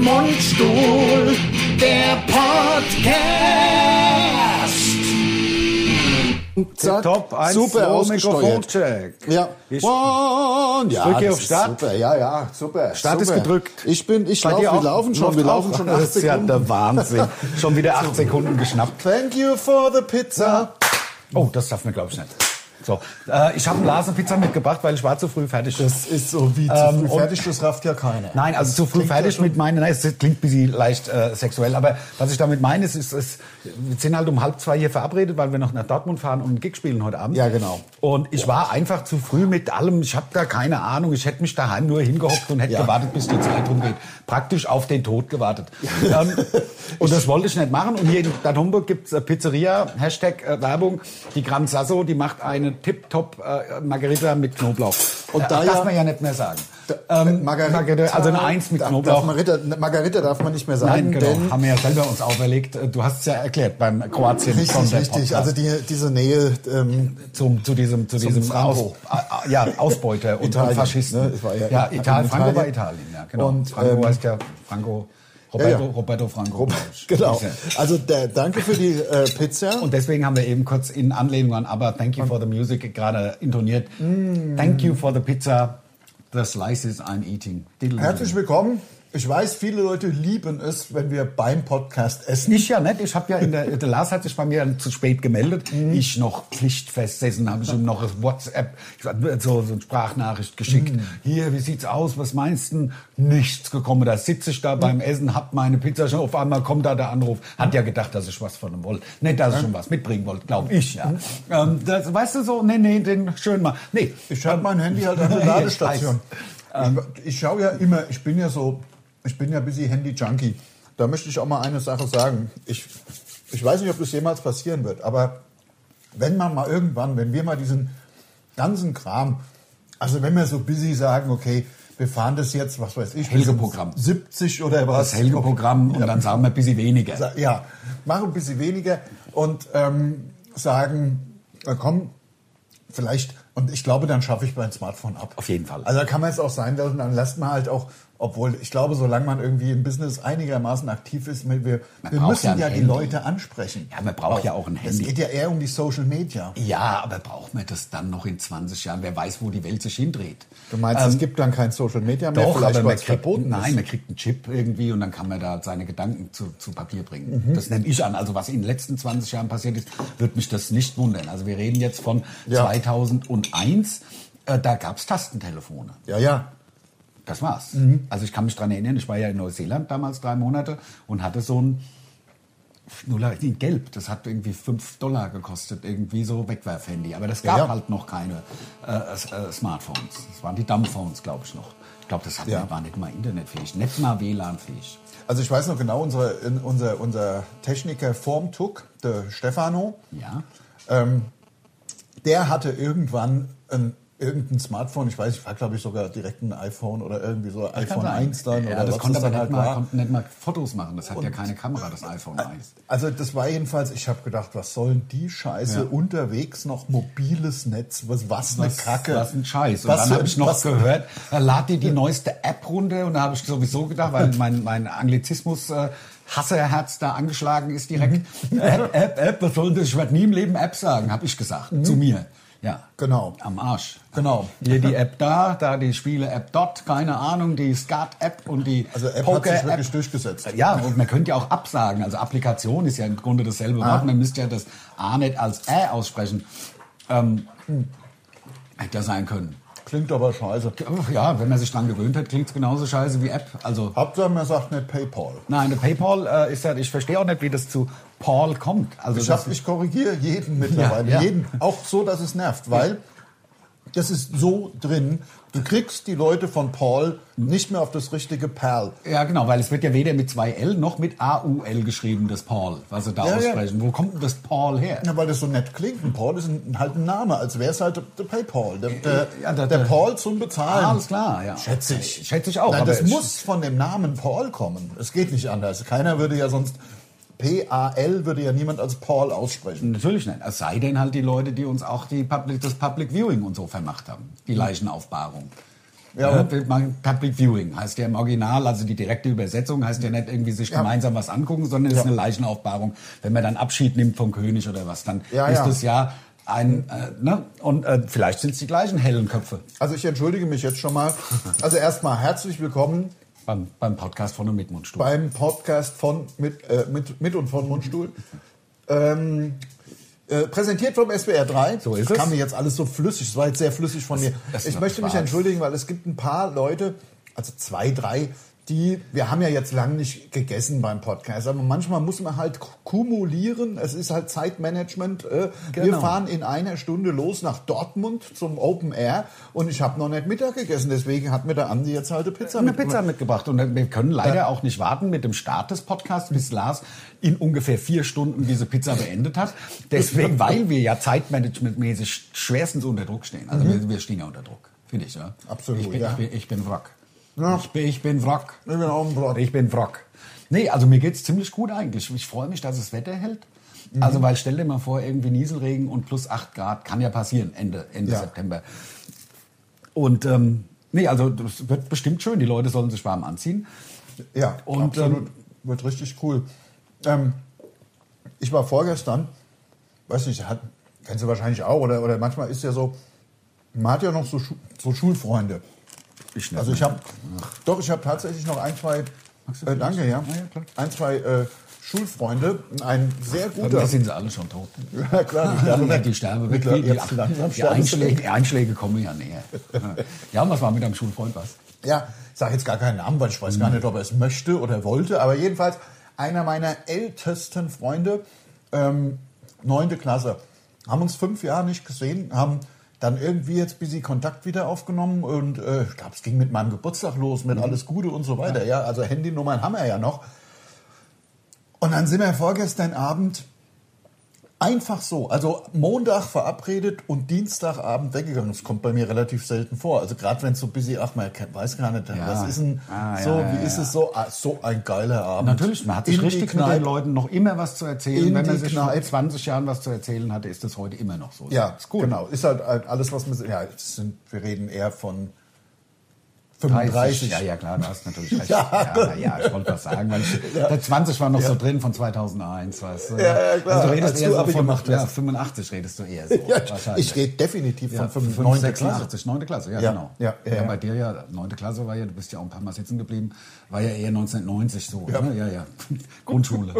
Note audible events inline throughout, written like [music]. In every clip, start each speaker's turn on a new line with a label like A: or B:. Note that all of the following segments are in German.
A: Mundstuhl, der Podcast.
B: Zack,
C: Top 1
B: super
C: Pro
B: ausgesteuert.
C: Mikrofoncheck.
B: Ja.
C: Ich-
B: Und ja,
C: Drücke
B: das
C: auf
B: ist
C: Start.
B: Super. Ja, ja, super.
C: Start ist
B: super.
C: gedrückt.
B: Ich bin, ich
C: Bei
B: laufe,
C: dir
B: wir
C: auch?
B: laufen schon,
C: Läuft
B: wir
C: auch?
B: laufen
C: [laughs]
B: schon acht
C: Das ist ja
B: Sekunden.
C: der Wahnsinn. Schon wieder acht Sekunden geschnappt.
B: Thank you for the pizza.
C: Oh, das schaffen wir, glaube ich, nicht. So, äh, ich habe einen Blasenpizza mitgebracht, weil ich war zu früh fertig.
B: Das ist so wie zu
C: Ähm,
B: früh
C: und-
B: fertig, das rafft ja keiner.
C: Nein, also zu früh
B: Äh, Klingt
C: fertig
B: ja
C: mit meinen, nein, es klingt ein bisschen leicht äh, sexuell, aber was ich damit meine, ist, ist, ist, wir sind halt um halb zwei hier verabredet, weil wir noch nach Dortmund fahren und einen Gig spielen heute Abend.
B: Ja, genau.
C: Und ich war einfach zu früh mit allem, ich habe da keine Ahnung, ich hätte mich daheim nur hingehockt und hätte
B: Ja.
C: gewartet, bis die Zeit rumgeht. Praktisch auf den Tod gewartet.
B: [laughs]
C: ähm, und das wollte ich nicht machen. Und hier in Bad Homburg gibt's äh, Pizzeria, Hashtag äh, Werbung, die Gran Sasso, die macht eine Tip-Top äh, Margarita mit Knoblauch.
B: Und da
C: äh, darf
B: ja-
C: man ja nicht mehr sagen.
B: Da-
C: Margarita, Ähm, also eine Eins mit
B: Äh, darf,
C: Knoblauch.
B: Darf Margarita, Margarita darf man nicht mehr sagen,
C: Nein, genau.
B: denn
C: Haben wir ja selber uns auferlegt. Du hast es ja erklärt beim Kroatien.
B: richtig, richtig. Also die, diese Nähe ähm,
C: zum, zu diesem, zu diesem
B: Franco.
C: Aus, ja,
B: [laughs]
C: Ausbeuter und
B: Italien,
C: Faschisten.
B: ne? Es war ja
C: ja,
B: in- in
C: Italien. Franco
B: Italien.
C: war Italien, ja, genau.
B: Und,
C: Franco
B: ähm,
C: heißt ja Franco, Roberto,
B: ja, ja.
C: Roberto Franco. [laughs] glaub ich.
B: Genau.
C: Ist ja.
B: Also der, danke für die äh, Pizza.
C: Und deswegen haben wir eben kurz in Anlehnung an ABBA Thank You for the Music gerade intoniert. Thank you for the pizza, the slices I'm eating.
B: Herzlich willkommen. Ich weiß, viele Leute lieben es, wenn wir beim Podcast essen.
C: Ich ja nicht. Ich habe ja in der, der Lars hat sich bei mir zu spät gemeldet.
B: Mhm.
C: Ich noch pflichtfest gesessen, habe ich ihm noch ein WhatsApp, so, so eine Sprachnachricht geschickt.
B: Mhm.
C: Hier, wie sieht's aus? Was meinst du? Nichts gekommen. Da sitze ich da
B: Mhm.
C: beim Essen, hab meine Pizza schon. Auf einmal kommt da der Anruf. Hat ja gedacht, dass ich was von ihm wollte. Nicht, dass ich schon was mitbringen wollte, glaube ich ja.
B: Mhm.
C: Ähm, das, weißt du so? Nee, nee, den schön mal. Nee,
B: Ich habe mein Handy halt an
C: [laughs]
B: der
C: Ja,
B: Ladestation. Ich, ich schaue ja immer, ich bin ja so, ich bin ja ein bisschen Handy-Junkie. Da möchte ich auch mal eine Sache sagen. Ich, ich weiß nicht, ob das jemals passieren wird, aber wenn man mal irgendwann, wenn wir mal diesen ganzen Kram, also wenn wir so busy sagen, okay, wir fahren das jetzt, was weiß ich, bis
C: Helge-Programm.
B: 70 oder was.
C: das Helge-Programm und dann sagen wir ein bisschen weniger.
B: Sa- ja, machen ein bisschen weniger und ähm, sagen, äh, komm, vielleicht, und ich glaube, dann schaffe ich mein Smartphone ab.
C: Auf jeden Fall.
B: Also da kann man es auch sein lassen, dann lasst man halt auch, obwohl ich glaube, solange man irgendwie im Business einigermaßen aktiv ist, wir, wir
C: Man
B: wir
C: braucht
B: müssen
C: ja
B: ja,
C: ein
B: die
C: Handy.
B: Leute ansprechen.
C: Ja, man braucht ja auch ein
B: Es
C: Handy.
B: geht ja eher um die Social Media.
C: Ja, aber braucht man das dann noch in 20 Jahren? Wer weiß, wo die Welt sich hindreht? Ähm,
B: Du meinst, es gibt dann kein Social Media mehr,
C: Doch,
B: vielleicht
C: aber man
B: weil's
C: kriegt,
B: verboten ist.
C: nein, man kriegt einen Chip irgendwie und dann kann man da seine Gedanken zu, zu Papier bringen.
B: Mhm.
C: Das nehme ich an. Also was in den letzten 20 Jahren passiert ist, wird mich das nicht wundern. Also wir reden jetzt von
B: Ja.
C: 2001. Äh, da gab es Tastentelefone.
B: Ja, ja.
C: Das war's.
B: Mhm.
C: Also ich kann mich dran erinnern, ich war ja in Neuseeland damals drei Monate und hatte so ein Nuller in Gelb. Das hat irgendwie 5 Dollar gekostet, irgendwie so Wegwerfhandy. Aber das gab
B: Ja.
C: halt noch keine äh, S- äh, Smartphones. Das waren die Dumpphones, glaube ich, noch. Ich glaube, das hatten,
B: Ja.
C: war nicht mal internetfähig, nicht mal WLAN-fähig.
B: Also ich weiß noch genau, unsere, in- unser, unser Techniker Formtuck, der Stefano,
C: Ja.
B: Ähm, der hatte irgendwann ein, irgendein Smartphone, ich weiß, ich war glaube ich sogar direkt ein iPhone oder irgendwie so iPhone 1 dann
C: ja,
B: oder
C: das
B: was
C: konnte
B: das
C: aber nicht
B: dann halt
C: mal,
B: war.
C: konnte nicht mal Fotos machen. Das hat ja keine Kamera, das
B: [laughs]
C: iPhone 1.
B: Also das war jedenfalls, ich habe gedacht, was sollen die Scheiße
C: Ja.
B: unterwegs noch mobiles Netz, was, was,
C: Was,
B: eine Kacke.
C: was ein Scheiß. Und
B: Was
C: dann
B: für-
C: habe ich noch
B: was-
C: gehört, äh, lad dir die neueste App runter. Und da habe ich sowieso gedacht, weil mein, mein Anglizismus äh, Hasserherz da angeschlagen ist direkt.
B: Mhm.
C: App, App, App, was soll das? Ich werde nie im Leben App sagen, habe ich gesagt. Zu mir. Ja.
B: Mhm. Genau.
C: Am Arsch.
B: Genau.
C: Hier die App da, da die Spiele-App dort, keine Ahnung, die Skat-App und die
B: Also App hat sich
C: Poker-App.
B: wirklich durchgesetzt.
C: Ja, und man könnte ja auch absagen. Also Applikation ist ja im Grunde dasselbe
B: Ah.
C: Wort. Man müsste ja das A nicht als Ä aussprechen. Ähm, hätte ja sein können.
B: Klingt aber scheiße.
C: Ja, wenn man sich dran gewöhnt hat, klingt es genauso scheiße wie App. Also,
B: Hauptsache, man sagt nicht PayPal.
C: nein, der PayPal äh, ist ja, ich verstehe auch nicht, wie das zu Paul kommt. Also,
B: Ich,
C: das,
B: hab, ich korrigiere jeden mittlerweile.
C: Ja, ja.
B: Jeden. Auch so, dass es nervt, weil das ist so drin. Du kriegst die Leute von Paul nicht mehr auf das richtige Perl.
C: ja, genau, weil es wird ja weder mit zwei L noch mit A-U-L geschrieben, das Paul, was sie da
B: Ja, ja.
C: aussprechen. Wo kommt denn das Paul her?
B: Ja, weil das so nett klingt. Ein Paul ist ein, halt ein Name, als wäre es halt der PayPal. Der, der,
C: Äh, Ja,
B: der,
C: der- der-
B: Paul zum Bezahlen.
C: Ah, alles klar, ja.
B: Schätze ich.
C: Schätze ich auch,
B: Nein,
C: aber
B: das
C: ich-
B: muss von dem Namen Paul kommen. Es geht nicht anders. Keiner würde ja sonst. P-A-L würde ja niemand als Paul aussprechen.
C: Natürlich nicht. Es sei denn halt die Leute, die uns auch die Public, das Public Viewing und so vermacht haben. Die Leichenaufbahrung. Ja, wir machen Public Viewing heißt ja im Original, also die direkte Übersetzung heißt ja nicht irgendwie sich gemeinsam was angucken, sondern es ist eine Leichenaufbahrung. Wenn man dann Abschied nimmt vom König oder was, dann
B: Ja,
C: ist
B: ja.
C: es ja ein, äh, ne? Und äh, vielleicht sind es die gleichen hellen Köpfe
B: Also ich entschuldige mich jetzt schon mal. Also erstmal herzlich willkommen
C: beim, beim Podcast von und mit Mundstuhl.
B: beim Podcast von mit, äh, mit, mit und von Mundstuhl. Ähm, äh, präsentiert vom SBR 3.
C: So ist
B: das
C: es.
B: kam mir jetzt alles so flüssig. Es war jetzt sehr flüssig von mir.
C: das
B: ich
C: macht
B: möchte mich
C: Spaß.
B: entschuldigen, weil es gibt ein paar Leute, also zwei, drei, die, wir haben ja jetzt lange nicht gegessen beim Podcast, aber manchmal muss man halt kumulieren. Es ist halt Zeitmanagement. Äh, Wir
C: Genau.
B: fahren in einer Stunde los nach Dortmund zum Open Air und ich habe noch nicht Mittag gegessen. Deswegen hat mir der Andi jetzt halt eine Pizza
C: eine
B: mitgebracht.
C: Pizza mitgebracht und äh, wir können leider auch nicht warten mit dem Start des Podcasts, bis Lars in ungefähr vier Stunden diese Pizza beendet hat. Deswegen, weil wir ja zeitmanagementmäßig schwerstens unter Druck stehen. Also wir, wir stehen ja unter Druck, finde ich. Ja?
B: Mhm. Absolut,
C: Ich bin,
B: ja.
C: ich bin, ich bin Wrock.
B: Ja.
C: Ich, bin, ich bin Wrock.
B: Ich bin auch ein Wrock.
C: Ich bin Wrock. Nee, also mir geht's ziemlich gut eigentlich. Ich freue mich, dass das Wetter hält.
B: Mhm.
C: Also, weil stell dir mal vor, irgendwie Nieselregen und plus 8 Grad kann ja passieren Ende, Ende
B: Ja.
C: September. Und ähm, nee, also das wird bestimmt schön. Die Leute sollen sich warm anziehen.
B: Ja,
C: Und,
B: absolut. wird richtig cool. Ähm, ich war vorgestern, weiß nicht, hat, kennst du wahrscheinlich auch, oder, oder manchmal ist ja so, man hat ja noch so, Schu so Schulfreunde.
C: Ich
B: Also ich habe, doch, ich habe tatsächlich noch ein, zwei, äh, danke, ja,
C: Ah, ja, klar.
B: ein, zwei äh, Schulfreunde, ein sehr guter,
C: Da sind sie alle schon tot.
B: Also- [laughs] ja, klar, die sterben weg.
C: Die sterben weg.
B: Mittler-
C: Die,
B: jetzt langsam
C: die, die,
B: sterben sie
C: Einschläge, die Einschläge kommen ja näher. Ja, und was war mit deinem Schulfreund was?
B: ja, sag jetzt gar keinen Namen, weil ich weiß gar nicht, ob er es möchte oder wollte, aber jedenfalls einer meiner ältesten Freunde, ähm, neunte Klasse, haben uns fünf Jahre nicht gesehen, haben dann irgendwie jetzt busy Kontakt wieder aufgenommen und äh, ich glaub, es ging mit meinem Geburtstag los, mit alles Gute und so weiter, ja, also Handynummern haben wir ja noch. Und dann sind wir vorgestern Abend Einfach so. Also Montag verabredet und Dienstagabend weggegangen. Das kommt bei mir relativ selten vor. Also gerade wenn es so busy, ach man ke- weiß gar nicht, was ist denn
C: Ah, ja,
B: so,
C: ja,
B: wie ist
C: ja.
B: es so? Ah, so ein geiler Abend.
C: Natürlich, man hat sich
B: In die
C: richtig mit den
B: Kneipe.
C: Leuten noch immer was zu
B: In
C: erzählen. Wenn man
B: die
C: sich
B: Kneipe.
C: vor 20 Jahren was zu erzählen hatte, ist das heute immer noch so.
B: Ja,
C: ist
B: cool.
C: gut.
B: genau. Ist halt alles, was man, ja, es sind, wir reden eher von 35.
C: Ja, ja, klar, du hast natürlich
B: [laughs]
C: recht.
B: Ja.
C: ja, ja, ich wollte was sagen. Weil ich, Der 20 war noch so drin von 2001, weißt du.
B: Ja, ja, klar,
C: Also du redest
B: als
C: eher
B: du
C: so
B: Abi
C: von
B: gemacht
C: ja,
B: hast.
C: 85 redest du eher so.
B: [laughs] Ja,
C: wahrscheinlich.
B: ich rede definitiv
C: Ja,
B: von
C: 5,
B: 9.
C: 9.
B: Klasse.
C: Klasse. 9. Klasse, ja,
B: Ja,
C: genau.
B: ja, ja, ja.
C: bei dir ja, 9. Klasse war ja, du bist ja auch ein paar Mal sitzen geblieben, war ja eher 1990 so, ja, ne? ja. ja. [laughs]
B: [laughs]
C: Grundschule.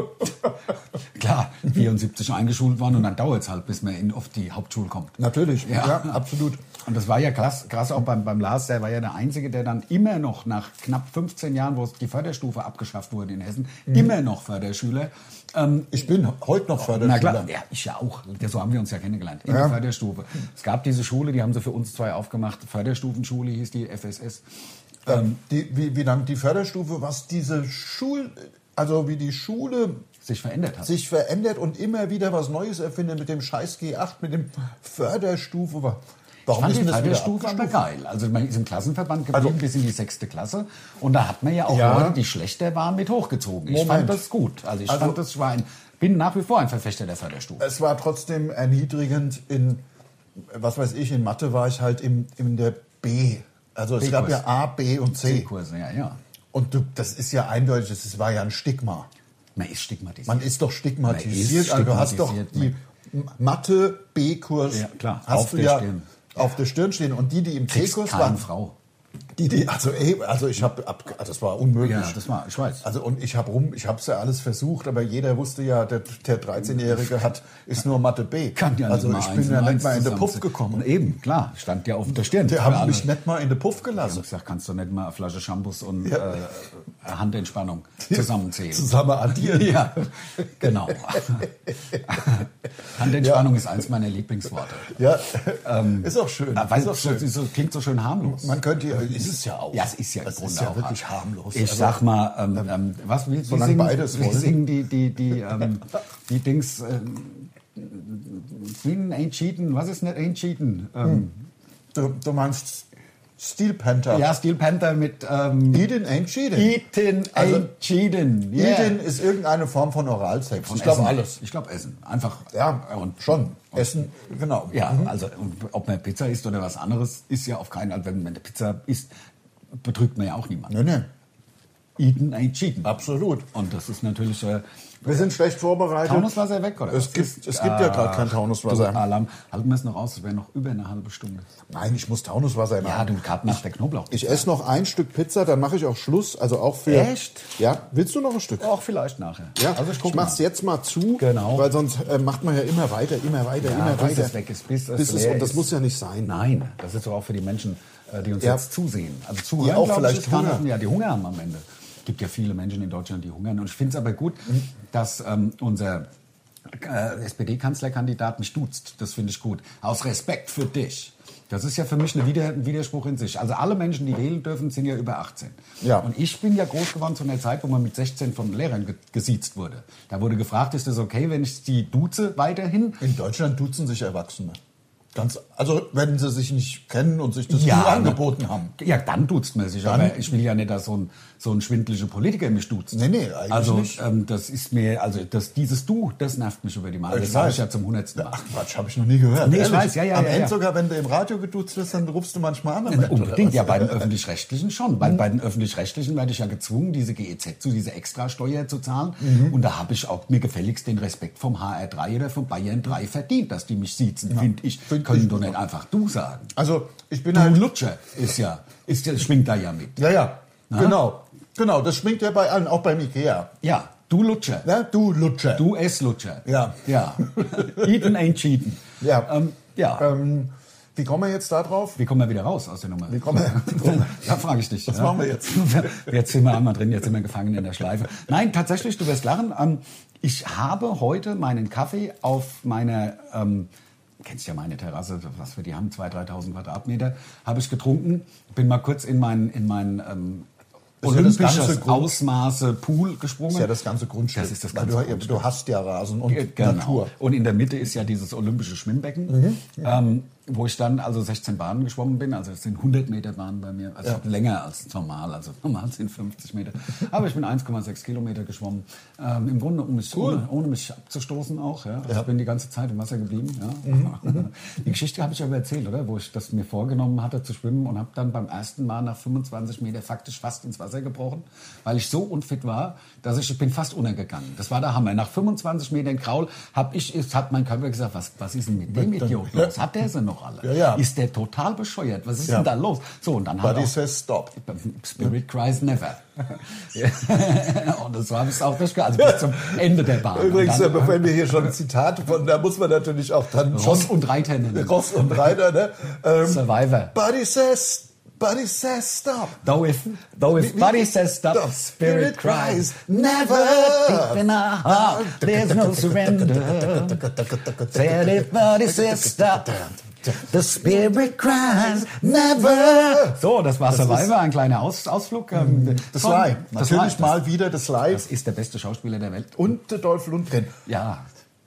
C: Klar, 74 eingeschult worden und dann dauert es halt, bis man in, auf die Hauptschule kommt.
B: Natürlich, ja,
C: Ja.
B: absolut.
C: Und das war ja krass, krass auch beim, beim Lars, der war ja der Einzige, der dann immer noch nach knapp 15 Jahren, wo es die Förderstufe abgeschafft wurde in Hessen,
B: Mhm.
C: immer noch Förderschüler. Ähm,
B: Ich bin heute noch Förderschüler.
C: na klar, ja, ich ja auch. Ja, So haben wir uns ja kennengelernt, in
B: Ja.
C: der Förderstufe. Es gab diese Schule, die haben sie für uns zwei aufgemacht. Förderstufenschule hieß die, FSS.
B: Ähm, die, wie, wie lang die Förderstufe, was diese Schul, also wie die Schule
C: Sich verändert hat.
B: sich verändert und immer wieder was Neues erfindet mit dem Scheiß G8, mit dem Förderstufe. Wa-
C: Ich
B: Warum
C: fand
B: ist
C: die
B: denn das wieder
C: Förderstufe aber
B: abgestuft?
C: geil. Also man ist im Klassenverband geblieben
B: Also-
C: bis in die sechste Klasse. Und da hat man ja auch
B: Ja.
C: Leute, die schlechter waren, mit hochgezogen. Ich
B: Moment.
C: fand das gut. Also ich
B: Also-
C: fand das, ich war ein, bin nach wie vor ein Verfechter der Förderstufe.
B: Es war trotzdem erniedrigend in, was weiß ich, in Mathe war ich halt im, in der B. Also es gab
C: B-Kurs.
B: ja A, B und C.
C: C-Kurse, ja, ja.
B: Und du, das ist ja eindeutig, das ist- war ja ein Stigma.
C: Man ist stigmatisiert.
B: Man ist doch stigmatisiert.
C: Man ist
B: also du hast doch die
C: stigmatisiert.
B: Mathe B-Kurs
C: Ja, klar.
B: hast
C: Auf
B: du
C: der
B: ja
C: Stirn.
B: auf der Stirn stehen und die, die im
C: Kriegst
B: C-Kurs
C: keine
B: waren,
C: Frau.
B: die, die also ey, also ich habe das war unmöglich.
C: Ja, das war, ich weiß.
B: also und ich habe rum, ich habe es ja alles versucht, aber jeder wusste ja, der, der 13-Jährige hat ist nur Mathe B.
C: kann ja
B: also
C: nicht mal
B: ich
C: eins
B: bin ja
C: und
B: nicht
C: eins
B: mal in den Puff
C: zusammenziehen.
B: gekommen.
C: Und eben, klar, stand ja auf der Stirn.
B: Die
C: Für
B: haben
C: alle. Also,
B: mich nicht mal in den Puff
C: Ich
B: gelassen.
C: hab gesagt, kannst du nicht mal eine Flasche Shampoos und
B: Ja.
C: äh, Handentspannung zusammenzählen.
B: Zusammen
C: [laughs]
B: addieren.
C: Ja,
B: [laughs]
C: genau. Handentspannung ist eins meiner Lieblingsworte.
B: Ja, [laughs] ist auch schön.
C: Na, Ähm, weil
B: ist auch
C: so,
B: schön.
C: so, klingt so schön harmlos.
B: Man könnte ja, ist es ja auch.
C: ja, es ist ja
B: das
C: im Grunde
B: ist ja
C: auch
B: wirklich
C: hart.
B: harmlos.
C: Ich
B: Also-
C: sag mal, ähm, ähm, was wie, wie
B: solange
C: singen,
B: beides
C: wie
B: wollen.
C: singen die die die ähm, die Dings ähm, Queen ain't cheating, was ist nicht ain't cheating? Ähm,
B: Du, du meinst Steel Panther.
C: Ja, Steel Panther mit ähm,
B: Eden ain't cheating.
C: Eaten
B: Also-
C: ain't cheating. Yeah.
B: Eden ist irgendeine Form von Oralsex.
C: Von
B: ich glaube
C: Essen.
B: alles.
C: Ich glaube Essen. Einfach.
B: Ja,
C: und
B: schon. Essen, genau.
C: Ja, also und ob man Pizza isst oder was anderes, ist ja auf keinen Fall. Wenn man eine Pizza isst, betrügt man ja auch niemanden.
B: Nee, nee.
C: Eaten ain't cheating.
B: Absolut.
C: Und das ist natürlich. Äh,
B: Wir sind schlecht vorbereitet.
C: Taunuswasser weg, oder?
B: Es
C: was?
B: gibt, es gibt ja gerade kein
C: Du ah.
B: Taunuswasser.
C: Alarm. Halten wir es noch aus, es wäre noch über eine halbe Stunde.
B: Nein, ich muss Taunuswasser in
C: Ja, du gerade nach der Knoblauch.
B: Ich esse noch ein Stück Pizza, dann mache ich auch Schluss. Also auch für.
C: Echt?
B: Ja. Willst du noch ein Stück?
C: auch vielleicht nachher.
B: Ja,
C: also ich, guck
B: mach's
C: mal.
B: jetzt mal zu,
C: Genau.
B: weil sonst äh, macht man ja immer weiter, immer weiter,
C: Ja,
B: immer
C: bis
B: weiter.
C: es weg ist, bis es
B: es,
C: leer
B: Und das
C: ist.
B: muss ja nicht sein.
C: Nein, das ist doch auch für die Menschen, äh, die uns
B: Ja.
C: jetzt zusehen. Also zuhören,
B: Die auch
C: glaub ich,
B: vielleicht
C: ist gar nicht-
B: Hunger.
C: Ja, die Hunger haben am Ende. Es gibt ja viele Menschen in Deutschland, die hungern. Und ich finde es aber gut, dass ähm, unser äh, SPD-Kanzlerkandidat mich duzt. Das finde ich gut. Aus Respekt für dich. Das ist ja für mich eine Wider ein Widerspruch in sich. Also alle Menschen, die wählen dürfen, sind ja über 18.
B: Ja.
C: Und ich bin ja groß geworden zu einer Zeit, wo man mit 16 von Lehrern ge gesiezt wurde. Da wurde gefragt, ist das okay, wenn ich die duze weiterhin?
B: In Deutschland duzen sich Erwachsene. Ganz, also wenn sie sich nicht kennen und sich das
C: Ja, ne?
B: Du
C: na-
B: angeboten haben.
C: Ja, dann duzt man sich.
B: Dann-
C: Aber ich will ja nicht, dass so ein, so ein schwindliger Politiker mich duzt.
B: Nee, nee, eigentlich
C: also,
B: nicht.
C: Ähm, das ist mir, also das, dieses Du, das nervt mich über die Mal. Das
B: Ich
C: sage
B: weiß.
C: ich ja zum hundertsten Mal.
B: Ach Quatsch, habe ich noch nie gehört.
C: Nee, ich
B: Ehrlich?
C: weiß, ja, ja,
B: Am
C: ja,
B: Ende
C: ja.
B: sogar, wenn du im Radio geduzt wirst, dann rufst du manchmal an. am Ende, oder
C: Unbedingt,
B: was? Mhm.
C: ja, bei den Öffentlich-Rechtlichen schon. Bei, bei den Öffentlich-Rechtlichen werde ich ja gezwungen, diese GEZ zu dieser Extrasteuer zu zahlen.
B: Mhm.
C: Und da habe ich auch mir gefälligst den Respekt vom HR3 oder vom Bayern 3 verdient, dass die mich siezen, finde ich.
B: Find
C: Können
B: ich
C: doch nicht einfach du sagen.
B: Also ich bin
C: Du
B: halt...
C: Lutscher ist ja, ist, ja- schwingt da ja mit.
B: Ja, ja, genau. Genau, das schwingt ja bei allen, auch beim Ikea.
C: Ja, du Lutscher.
B: Ne? Du Lutscher.
C: Du Esslutscher.
B: Ja.
C: Ja. [laughs] Eaten ain't cheaten.
B: Ja.
C: Ähm, ja.
B: Ähm, wie kommen wir jetzt da drauf?
C: wie kommen wir wieder raus aus der Nummer? Wie
B: kommen wir-
C: da frage ich dich. Was
B: machen wir jetzt?
C: Jetzt sind wir einmal drin, jetzt sind wir gefangen in der Schleife. Nein, tatsächlich, du wirst lachen. Ähm, ich habe heute meinen Kaffee auf meiner, ähm, kennst ja meine Terrasse, was wir die haben, 2.000, 3.000 Quadratmeter, habe ich getrunken. Bin mal kurz in meinen in mein, ähm,
B: Ist ja das ganze
C: olympisches
B: Grund-
C: Ausmaße Pool gesprungen.
B: Das ist ja das ganze Grundstück.
C: Das ist das
B: Weil
C: ganze
B: du,
C: Grundstück.
B: du hast ja Rasen und
C: Ja, genau.
B: Natur.
C: Und in der Mitte ist ja dieses olympische Schwimmbecken, ähm, wo ich dann also 16 Bahnen geschwommen bin. Also es sind 100 Meter Bahnen bei mir, also länger als normal. Also normal sind 50 [laughs] Meter. Aber ich bin 1,6 Kilometer geschwommen. Ähm, Im Grunde, um mich, ohne, ohne mich abzustoßen auch. Ja. Also Ich bin die ganze Zeit im Wasser geblieben. Ja.
B: Mhm,
C: [laughs] Die Geschichte habe ich aber erzählt, oder? Wo ich das mir vorgenommen hatte zu schwimmen und habe dann beim ersten Mal nach 25 Meter faktisch fast ins Wasser gebrochen, weil ich so unfit war, dass ich, ich bin fast untergegangen. Das war der Hammer. Nach 25 Metern Kraul habe ich, es hat mein Körper gesagt, was, was ist denn mit dem
B: Mit dem-
C: Idiot los? Hat der sie noch alle?
B: Ja, ja.
C: Ist der total bescheuert? Was ist
B: Ja.
C: denn da los? So, und dann hat
B: Buddy
C: auch,
B: says stop.
C: Spirit cries
B: [laughs]
C: never. [laughs] und das war bis auch durchgegangen, also bis zum Ende der Bahn. Und
B: Übrigens,
C: dann,
B: äh, wenn wir hier schon Zitate von, da muss man natürlich auch dann
C: Ross
B: schon
C: und Reiter nennen.
B: äh, Ross und Reiter, ne? Ähm,
C: Survivor.
B: Buddy says, Buddy says stop.
C: Though if, though if body says stop, spirit cries, never deep in our heart, there's no surrender. Said if body says stop, the spirit cries, never. So, das war Survivor, ein kleiner Aus Ausflug. ähm,
B: Mhm. Das
C: von-
B: Live.
C: Das
B: Natürlich
C: Lai.
B: mal wieder das Live.
C: Das ist der beste Schauspieler der Welt.
B: Und der Dolph Lundgren.
C: Ja.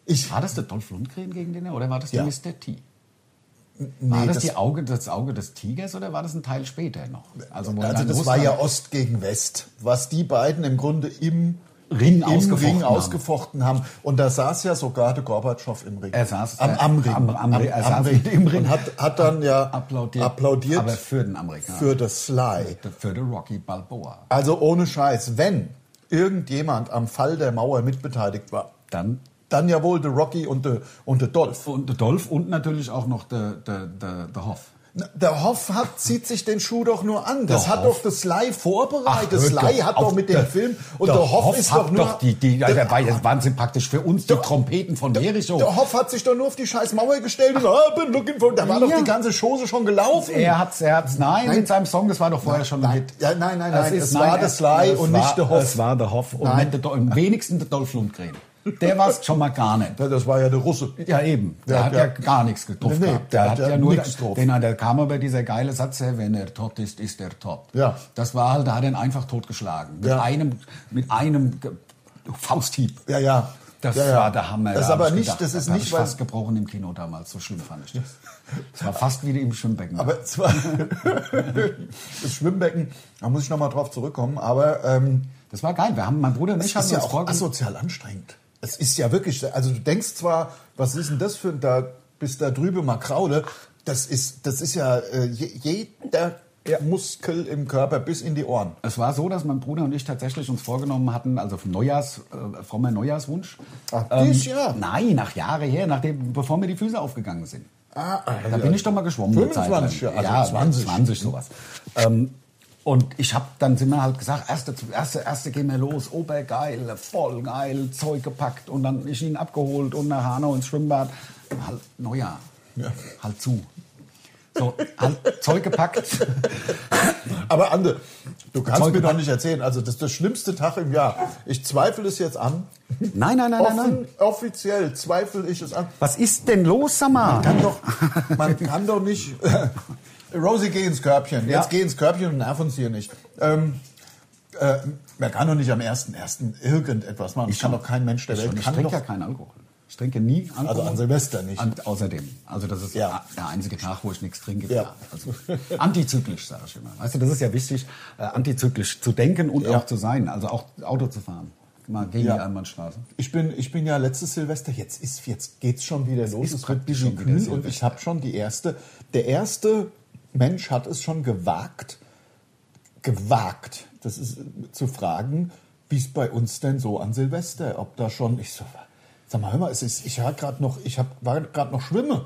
B: Ich,
C: War das der Dolph Lundgren gegen den er- oder war das der
B: Ja.
C: Mr. T? War
B: nee,
C: das,
B: das,
C: die Auge, das Auge des Tigers oder war das ein Teil später noch? wo er
B: also
C: dann
B: das war
C: Russland-
B: ja Ost gegen West, was die beiden im Grunde im
C: Ring
B: im
C: ausgefochten
B: Ring
C: haben.
B: ausgefochten haben. Und da saß ja sogar der Gorbatschow im Ring.
C: Er saß
B: am,
C: äh,
B: am Ring.
C: Am, am, Ring. er
B: am
C: saß
B: Ring.
C: im Ring.
B: Und hat, hat dann ja
C: applaudiert,
B: applaudiert
C: aber für den Amerikaner.
B: für das Sly.
C: für den Rocky Balboa.
B: Also ohne Scheiß, wenn irgendjemand am Fall der Mauer mitbeteiligt war,
C: Dann
B: dann ja wohl der Rocky und der und der Dolph.
C: und der Dolph und natürlich auch noch der, der, der, der Hoff.
B: Na, Der Hoff hat, zieht sich den Schuh doch nur an. Das
C: Der
B: hat
C: Hoff.
B: doch das Sly vorbereitet.
C: Ach,
B: das
C: hört
B: Sly hat
C: auf,
B: doch mit dem
C: der-
B: Film und der, Hoff, ist
C: hat
B: doch nur
C: die, die,
B: der,
C: der, war jetzt wahnsinnig praktisch für uns die Trompeten von Jericho.
B: der Hoff hat sich doch nur auf die scheiß Mauer gestellt und oh, bin looking for. Da war doch
C: Ja.
B: die ganze Chose schon gelaufen.
C: er hat's, er hat's, nein,
B: Nein.
C: mit seinem Song, das war doch vorher schon ein
B: nein,
C: Hit.
B: ja, nein, nein,
C: Das
B: nein,
C: ist-
B: es war
C: er-
B: der Sly
C: es
B: und
C: war-
B: nicht der Hoff.
C: Es war der Hoff und
B: Nein.
C: nicht der Dol- am wenigsten der Dolph Lundgren. Der war es schon mal gar nicht.
B: Ja, Das war ja der Russe.
C: Ja, eben. Der,
B: Ja,
C: hat
B: ja.
C: ja, gar nichts getroffen.
B: Nee, nee,
C: gehabt. Der, hat ja nur,
B: nix drauf.
C: Den, der kam aber dieser geile Satz, her, wenn er tot ist, ist er tot.
B: Ja.
C: Das war halt, da hat er ihn einfach totgeschlagen. Mit
B: Ja.
C: einem, mit einem Ge- Fausthieb.
B: Ja, ja.
C: Das
B: Ja, ja.
C: war der Hammer.
B: Das
C: da
B: aber
C: hab ich
B: nicht- das ist
C: da hab
B: nicht,
C: ich
B: weil-
C: fast gebrochen im Kino damals. So schlimm fand ich
B: [laughs]
C: das. Es war fast wie im Schwimmbecken.
B: Aber zwar [laughs] das Schwimmbecken, da muss ich nochmal drauf zurückkommen, aber ähm,
C: das war geil. Wir haben, mein Bruder und ich
B: es
C: haben
B: ist ja
C: uns
B: auch
C: vorgenommen.
B: asozial anstrengend. Es ist ja wirklich, also du denkst zwar, was ist denn das für ein, da bis da drüben mal Kraule, das ist, das ist ja äh, je, jeder Muskel im Körper bis in die Ohren.
C: Es war so, dass mein Bruder und ich tatsächlich uns vorgenommen hatten, also vom Neujahrs, äh, frommer Neujahrswunsch. ähm,
B: Ach, dies Jahr?
C: Nein, nach Jahre her, nachdem, bevor mir die Füße aufgegangen sind.
B: Ah, ah,
C: Da bin ich doch mal geschwommen. eine Zeit lang.
B: 25, ja, also
C: ja,
B: 20.
C: 20 sowas. Ähm, und ich habe dann sind wir halt gesagt, erste, erste, erste gehen wir los, obergeil, voll geil, Zeug gepackt und dann ich ihn abgeholt und nach Hanau ins Schwimmbad. Halt, Neujahr,
B: Ja.
C: halt zu. So, halt Zeug gepackt.
B: Aber Ande, du kannst
C: Zeug
B: mir doch
C: gepackt.
B: nicht erzählen, also das ist der schlimmste Tag im Jahr. Ich zweifle es jetzt an.
C: Nein, nein, nein, nein, nein.
B: Offen, offiziell zweifle ich es an.
C: Was ist denn los, Samar?
B: kann doch,
C: [laughs]
B: man kann doch nicht. [laughs] Rosie, geh ins Körbchen.
C: Ja.
B: Jetzt geh ins Körbchen und nerv uns hier nicht. Ähm, äh, man kann doch nicht am 1.1. irgendetwas machen. Ich kann doch kein Mensch der Welt.
C: ich
B: Kann
C: trinke
B: doch,
C: ja keinen Alkohol. Ich trinke nie Alkohol.
B: also an Silvester nicht.
C: Und außerdem, also das ist
B: Ja.
C: der einzige Tag, wo ich nichts trinke.
B: Ja.
C: Also antizyklisch, sage ich immer. Weißt du, das ist ja wichtig, äh, antizyklisch zu denken und
B: Ja.
C: auch zu sein. Also auch Auto zu fahren. Mal gegen
B: Ja.
C: die Einbahnstraße.
B: Ich bin, ich bin ja letztes Silvester, jetzt, ist, jetzt geht's schon wieder los.
C: ist
B: Es wird
C: praktisch
B: busy
C: schon wieder
B: kühl und
C: Silvester.
B: ich habe schon die erste. Der erste Mensch hat es schon gewagt, gewagt, das ist äh, zu fragen, wie es bei uns denn so an Silvester, ob da schon. Ich so, sag mal, hör mal, es ist, ich war gerade noch, ich hab, war gerade noch schwimme.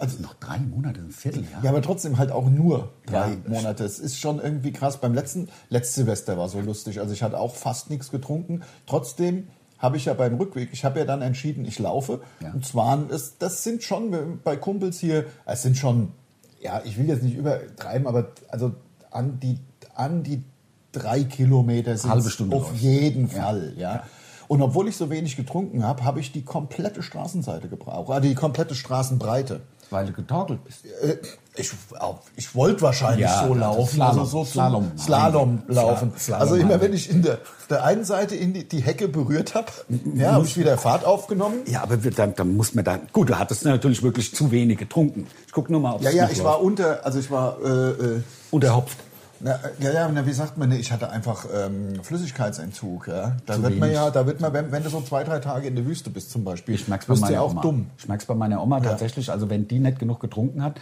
B: Also
C: Noch drei Monate, ein Vierteljahr.
B: ja, aber trotzdem halt auch nur drei
C: Ja.
B: Monate. Es ist schon irgendwie krass. Beim letzten, letztes Silvester war so lustig. Also ich hatte auch fast nichts getrunken. Trotzdem habe ich ja beim Rückweg, ich habe ja dann entschieden, ich laufe.
C: Ja.
B: Und zwar, es, das sind schon bei Kumpels hier, es sind schon, ja, ich will jetzt nicht übertreiben, aber also an die, an die drei Kilometer sind
C: Halbe Stunde
B: auf
C: läufst.
B: jeden Fall, ja. Und obwohl ich so wenig getrunken habe, habe ich die komplette Straßenseite gebraucht, also die komplette Straßenbreite.
C: Weil du getorkelt bist.
B: Äh, ich, auch- ich wollte wahrscheinlich
C: Ja, also
B: so laufen,
C: Slalom,
B: also so zum-
C: Slalom.
B: Slalom
C: Sla-
B: laufen.
C: Slalom
B: also immer
C: Heimweg.
B: wenn ich in der, der einen Seite in die, die Hecke berührt habe, ja, habe ich wieder Fahrt aufgenommen.
C: Ja, aber wir- dann, dann muss man da. Gut, du hattest natürlich wirklich zu wenig getrunken. Ich guck nur mal auf
B: Ja, ja, ich war unter, also ich war, äh, äh,
C: unterhopft.
B: na, äh, ja, ja, na, wie sagt man, ne, ich hatte einfach ähm, Flüssigkeitsentzug. Ja. Da
C: Zu
B: wird man
C: wenig.
B: ja, da wird man, wenn, wenn du so zwei, drei Tage in der Wüste bist zum Beispiel,
C: Ich merk's bei
B: bist du
C: meiner
B: ja auch
C: Oma.
B: dumm.
C: Ich merk's bei meiner Oma tatsächlich. Also wenn die nicht genug getrunken hat,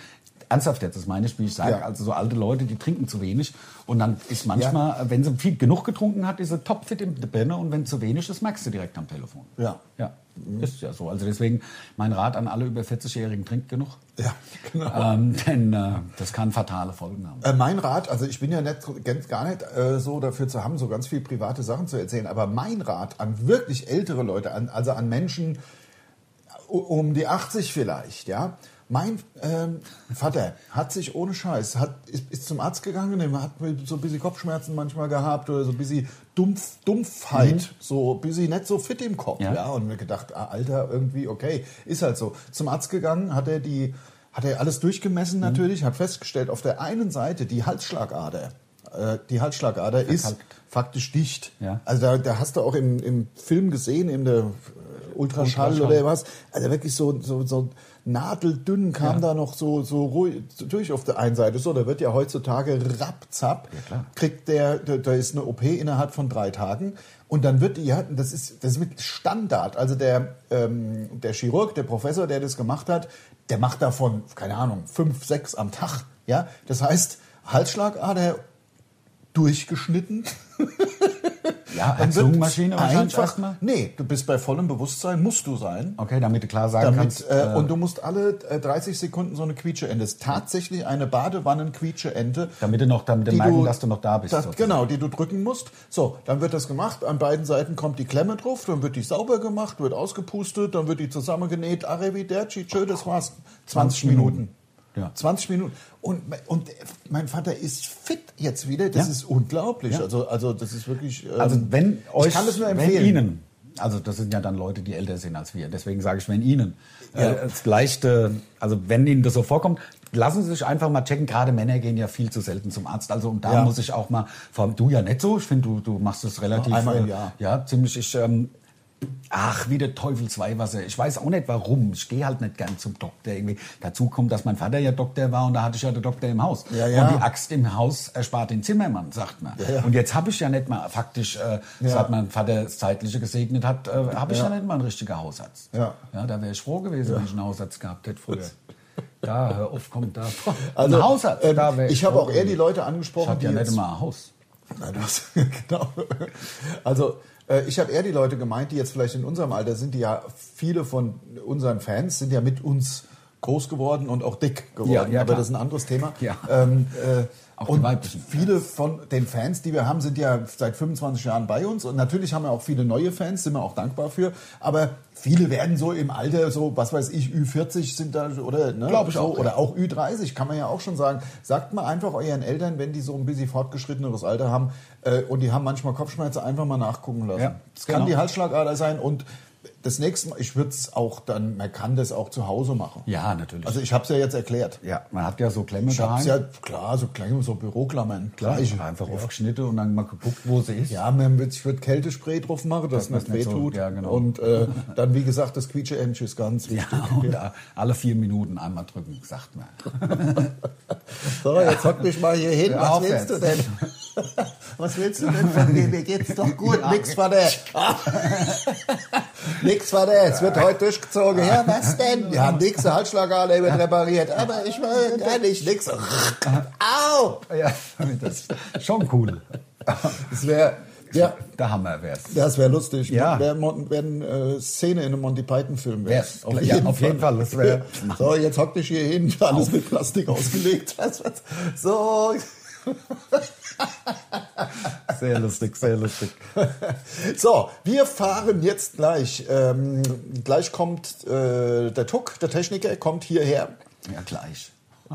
C: ernsthaft jetzt, das meine ich, wie ich sage,
B: Ja.
C: also so alte Leute, die trinken zu wenig und dann ist manchmal, wenn sie viel genug getrunken hat, ist sie topfit im Birne und wenn zu wenig ist, merkst du direkt am Telefon.
B: Ja. Mhm.
C: Ja, ist ja so. Also deswegen mein Rat an alle über 40-Jährigen, trinkt genug.
B: Ja, [laughs] genau.
C: Ähm, [laughs] denn äh, das kann fatale Folgen haben.
B: Äh, mein Rat, also ich bin ja nicht, so- ganz- gar nicht äh, so dafür zu haben, so ganz viel private Sachen zu erzählen, aber mein Rat an wirklich ältere Leute, an, also an Menschen u- um die 80 vielleicht, ja. Mein ähm, Vater hat sich ohne Scheiß, hat, ist, ist zum Arzt gegangen, der hat so ein bisschen Kopfschmerzen manchmal gehabt oder so ein bisschen Dumpf, Dumpfheit, so ein bisschen nicht so fit im Kopf. Ja.
C: Mhm. Ja.
B: Und mir gedacht, ah, Alter, irgendwie, okay, ist halt so. Zum Arzt gegangen, hat er die, hat er alles durchgemessen
C: Mhm.
B: natürlich, hat festgestellt, auf der einen Seite die Halsschlagader, äh, die Halsschlagader ist faktisch dicht.
C: Ja.
B: Also da, da hast du auch im, im Film gesehen, in der äh, Ultraschall,
C: Ultraschall.
B: oder was, also wirklich so, so, so nadeldünn kam da noch so, so ruhig durch auf der einen Seite. So, da wird ja heutzutage rapzapp, kriegt der, da da ist eine OP innerhalb von drei Tagen. Und dann wird die, ja, das ist, das ist wirklich Standard. Also der, ähm, der Chirurg, der Professor, der das gemacht hat, der macht davon, keine Ahnung, fünf, sechs am Tag. Ja, das heißt, Halsschlagader durchgeschnitten.
C: Ja,
B: Dann wird
C: Herz-Lungen-Maschine wahrscheinlich
B: einfach-
C: erstmal.
B: Nee, du bist bei vollem Bewusstsein, musst du sein.
C: Okay, damit du klar sagen
B: Damit,
C: kannst.
B: äh, und du musst alle äh, 30 Sekunden so eine Quietscheente. Es ist tatsächlich eine Badewannen-Quietscheente.
C: Damit du noch- damit du
B: die
C: merken, dass du noch da bist,
B: Das,
C: sozusagen.
B: genau, die du drücken musst. So, dann wird das gemacht. An beiden Seiten kommt die Klemme drauf. Dann wird die sauber gemacht, wird ausgepustet, dann wird die zusammengenäht. Arrivederci, tschö, das war's. 20 Minuten.
C: Ja.
B: 20 Minuten. Und, und mein Vater ist fit jetzt wieder. Das
C: Ja.
B: ist unglaublich.
C: Ja.
B: Also, also, das ist wirklich. ähm,
C: Also wenn euch,
B: ich kann das nur
C: wenn
B: empfehlen.
C: Ihnen, also das sind ja dann Leute, die älter sind als wir. Deswegen sage ich, wenn Ihnen
B: Ja.
C: äh, das leichte, also wenn Ihnen das so vorkommt, lassen Sie sich einfach mal checken. Gerade Männer gehen ja viel zu selten zum Arzt. Also und da
B: Ja.
C: muss ich auch mal, vor allem du ja nicht so. Ich finde, du, du machst es relativ
B: Einmal im
C: äh,
B: Jahr.
C: ja ziemlich. Ich, ähm, Ach, wie der Teufel zwei Wasser. Ich weiß auch nicht warum. Ich gehe halt nicht gern zum Doktor irgendwie. Dazu kommt, dass mein Vater ja Doktor war und da hatte ich ja den Doktor im Haus.
B: Ja, ja.
C: Und die Axt im Haus erspart den Zimmermann, sagt man.
B: Ja, ja.
C: Und jetzt habe ich ja nicht mal faktisch, äh, seit mein Vater das Zeitliche gesegnet hat, äh, habe ich ja. nicht mal einen richtigen Hausarzt.
B: Ja.
C: da wäre ich froh gewesen, wenn ich einen Hausarzt gehabt hätte früher. Da, hör auf, kommt da.
B: Also,
C: Ein Hausarzt,
B: ähm,
C: da wäre
B: ich habe
C: froh
B: auch eher die
C: gewesen.
B: Leute
C: Ich
B: angesprochen,
C: habe
B: die
C: ja
B: jetzt-
C: nicht mal ein Haus.
B: Nein, du hast, [laughs] genau. Also, äh, ich habe eher die Leute gemeint, die jetzt vielleicht in unserem Alter sind, die ja viele von unseren Fans sind ja mit uns groß geworden und auch dick geworden.
C: Ja, ja,
B: Aber
C: klar.
B: das ist ein anderes Thema.
C: Ja.
B: Ähm, äh,
C: Auch die
B: und
C: weiblichen
B: viele von den Fans, die wir haben, sind ja seit 25 Jahren bei uns. Und natürlich haben wir auch viele neue Fans, sind wir auch dankbar für. Aber viele werden so im Alter, so, was weiß ich, Ü40 sind da, oder, ne?
C: Glaub ich
B: so,
C: auch,
B: Oder
C: ja.
B: auch Ü30 kann man ja auch schon sagen. Sagt mal einfach euren Eltern, wenn die so ein bisschen fortgeschritteneres Alter haben äh, und die haben manchmal Kopfschmerzen, einfach mal nachgucken lassen.
C: Ja,
B: Es kann
C: genau.
B: die Halsschlagader sein und das nächste Mal, ich würde es auch dann, man kann das auch zu Hause machen.
C: Ja, natürlich.
B: Also ich habe es ja jetzt erklärt.
C: ja, man hat ja so Klemme
B: Ich habe
C: daheim.
B: es ja, klar, so kleine so Büroklammern.
C: Klar,
B: gleiche.
C: einfach aufgeschnitten und dann mal geguckt, wo sie ist.
B: Ja, man wird, ich würde Kältespray drauf machen, dass es
C: Dass
B: nicht
C: man's nicht so-
B: wehtut.
C: ja, genau. [laughs]
B: Und äh, dann, wie gesagt, das Quietscheämsch ist ganz
C: Ja, und da alle vier Minuten einmal drücken, sagt man.
B: So, jetzt hock dich mal hier hin.
C: Hör
B: Was
C: auf
B: willst du
C: jetzt. [laughs]
B: denn? Was willst du denn von mir? Mir geht's doch gut.
C: Ja.
B: Nix
C: [laughs]
B: von der. Nix von der. Es wird heute durchgezogen.
C: [laughs]
B: Ja, was denn? Ja, nix. Der Halsschlagader wird repariert. Aber ich
C: [laughs]
B: will gar nicht nix. Au!
C: Ja, das ist schon cool.
B: Das wäre, ja,
C: Da haben wir wär's.
B: das wäre lustig.
C: Ja.
B: Wäre Mon- wär eine äh, Szene in einem Monty Python-Film. wär.
C: Wär's. Ja, auf jeden Fall. Das wär-
B: [laughs] So, jetzt hock dich hier hin. Alles mit Plastik ausgelegt. [laughs] Das war's. So.
C: Sehr lustig, sehr lustig.
B: So, wir fahren jetzt gleich. Ähm, gleich kommt äh, der Tuck, der Techniker, kommt hierher.
C: Ja, gleich.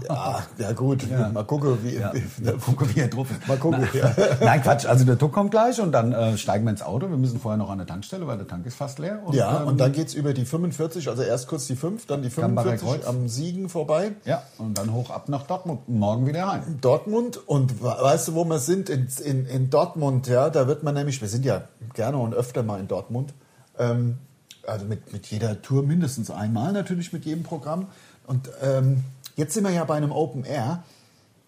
B: Ja, ja gut, mal gucken, wie.
C: Ja,
B: wie-
C: mal gucken, wie er drauf ist.
B: [laughs] Mal gucken,
C: Nein,
B: ja.
C: [laughs] Nein, Quatsch. Also der Tuck kommt gleich und dann äh, steigen wir ins Auto. Wir müssen vorher noch an der Tankstelle, weil der Tank ist fast leer. Und,
B: Ja,
C: ähm,
B: und dann geht's über die 45, also erst kurz die 5, dann die
C: Gambacher
B: 45
C: Kreuz.
B: am Siegen vorbei.
C: ja, und dann hoch ab nach Dortmund. Morgen wieder heim.
B: Dortmund und we- weißt du, wo wir sind? In, in, in Dortmund, ja, da wird man nämlich, wir sind ja gerne und öfter mal in Dortmund, ähm, also mit, mit jeder Tour mindestens einmal natürlich mit jedem Programm. Und ähm, jetzt sind wir ja bei einem Open Air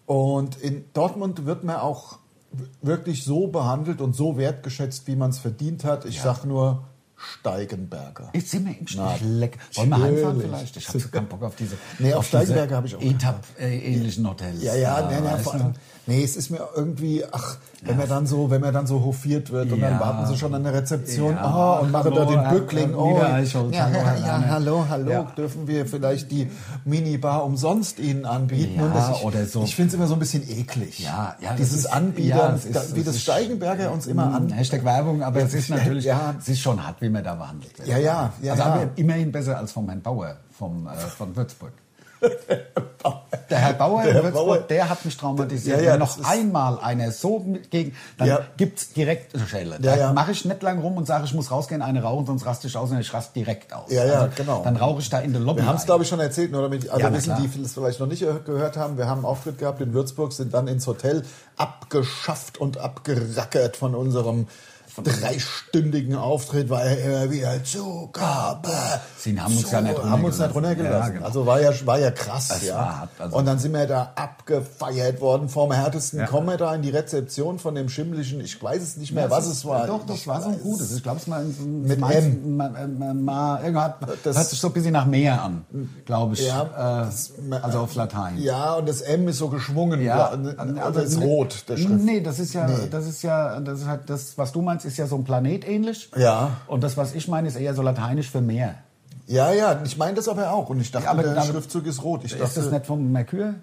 B: und in Dortmund wird man auch w- wirklich so behandelt und so wertgeschätzt, wie man es verdient hat. Ich sag nur Steigenberger.
C: Jetzt sind wir im
B: Na,
C: Stich. Leck. Wollen wir heimfahren
B: natürlich.
C: vielleicht? Ich habe so keinen Bock auf diese.
B: Nee, auf
C: diese
B: Steigenberger hab ich auch keinen
C: Etap-ähnlichen Hotels. Ah,
B: Ja, ja, nee, nee,
C: weißt
B: vor
C: du?
B: allem, nee, es ist mir irgendwie, ach, wenn man dann so, wenn man dann so hofiert wird und dann
C: Ja.
B: warten sie schon an der Rezeption,
C: Ja.
B: oh, und machen da
C: Hallo,
B: den
C: Herr
B: Bückling, oh,
C: Nieder-
B: ja,
C: Eichholz,
B: ja,
C: hallo,
B: ja,
C: Herr Lange.
B: hallo, hallo,
C: Ja.
B: dürfen wir vielleicht die Minibar umsonst ihnen anbieten?
C: Ja,
B: Und das- ich,
C: oder so.
B: Ich finde es immer so ein bisschen eklig.
C: Ja, ja, das
B: Dieses
C: ist-
B: Anbietern,
C: ja, das ist-
B: da- wie
C: das
B: das
C: ist-
B: Steigenberger uns immer an.
C: Mhm. Hashtag Werbung, aber es ist natürlich,
B: Ja.
C: es ist schon hart, wie man da behandelt wird.
B: Ja, ja, ja,
C: also
B: ja.
C: aber immerhin besser als vom Herrn Bauer vom, äh, von
B: [laughs]
C: Würzburg. Der Herr Bauer
B: Der
C: in
B: Herr
C: Würzburg,
B: Bauer.
C: der hat mich traumatisiert.
B: Ja, ja,
C: Wenn
B: das
C: noch
B: ist-
C: einmal einer so mit- gegen, dann
B: Ja.
C: gibt's direkt eine Schelle.
B: Ja,
C: Da
B: ja.
C: mache ich nicht lang rum und sage, ich muss rausgehen, eine rauchen, sonst raste ich aus und ich raste direkt aus. Also,
B: Ja, ja, genau.
C: Dann rauche ich da in der Lobby.
B: Wir haben es,
C: ein.
B: glaube ich, schon erzählt, nur damit also
C: Ja, na
B: wissen,
C: klar.
B: die es vielleicht noch nicht gehört haben. Wir haben einen Auftritt gehabt in Würzburg, sind dann ins Hotel abgeschafft und abgerackert von unserem dreistündigen Auftritt, weil immer wieder Zugabe.
C: Sie haben uns ja nicht
B: haben uns
C: runtergelassen.
B: nicht runtergelassen.
C: Ja, genau.
B: Also war ja, war ja krass.
C: Es
B: ja.
C: war hart, also-
B: und dann sind wir da abgefeiert worden vom härtesten.
C: Ja.
B: Kommen wir da in die Rezeption von dem schimmlischen, ich weiß es nicht mehr,
C: Ja,
B: was
C: es-
B: es war.
C: Doch, das
B: Ich
C: war so
B: weiß-
C: ein gutes. Ich glaube, es mal mit
B: Mit M.
C: Ma, äh, ma, ma, irgendwas
B: Das-
C: das hört sich so ein bisschen nach Meer an, glaube ich.
B: Ja,
C: äh,
B: das-
C: also auf Latein.
B: Ja, und das M ist so geschwungen.
C: Ja,
B: also ist
C: ne-
B: rot, der Schrift.
C: Nee, das ist ja, das ist ja, das ist halt, das, was du meinst, ist ja so ein Planet ähnlich.
B: Ja.
C: Und das, was ich meine, ist eher so lateinisch für Meer.
B: Ja, ja, ich meine das aber auch. Und ich dachte,
C: Ja, aber
B: der
C: damit-
B: Schriftzug ist rot. Ich
C: Ist das
B: dachte,
C: nicht vom Merkur?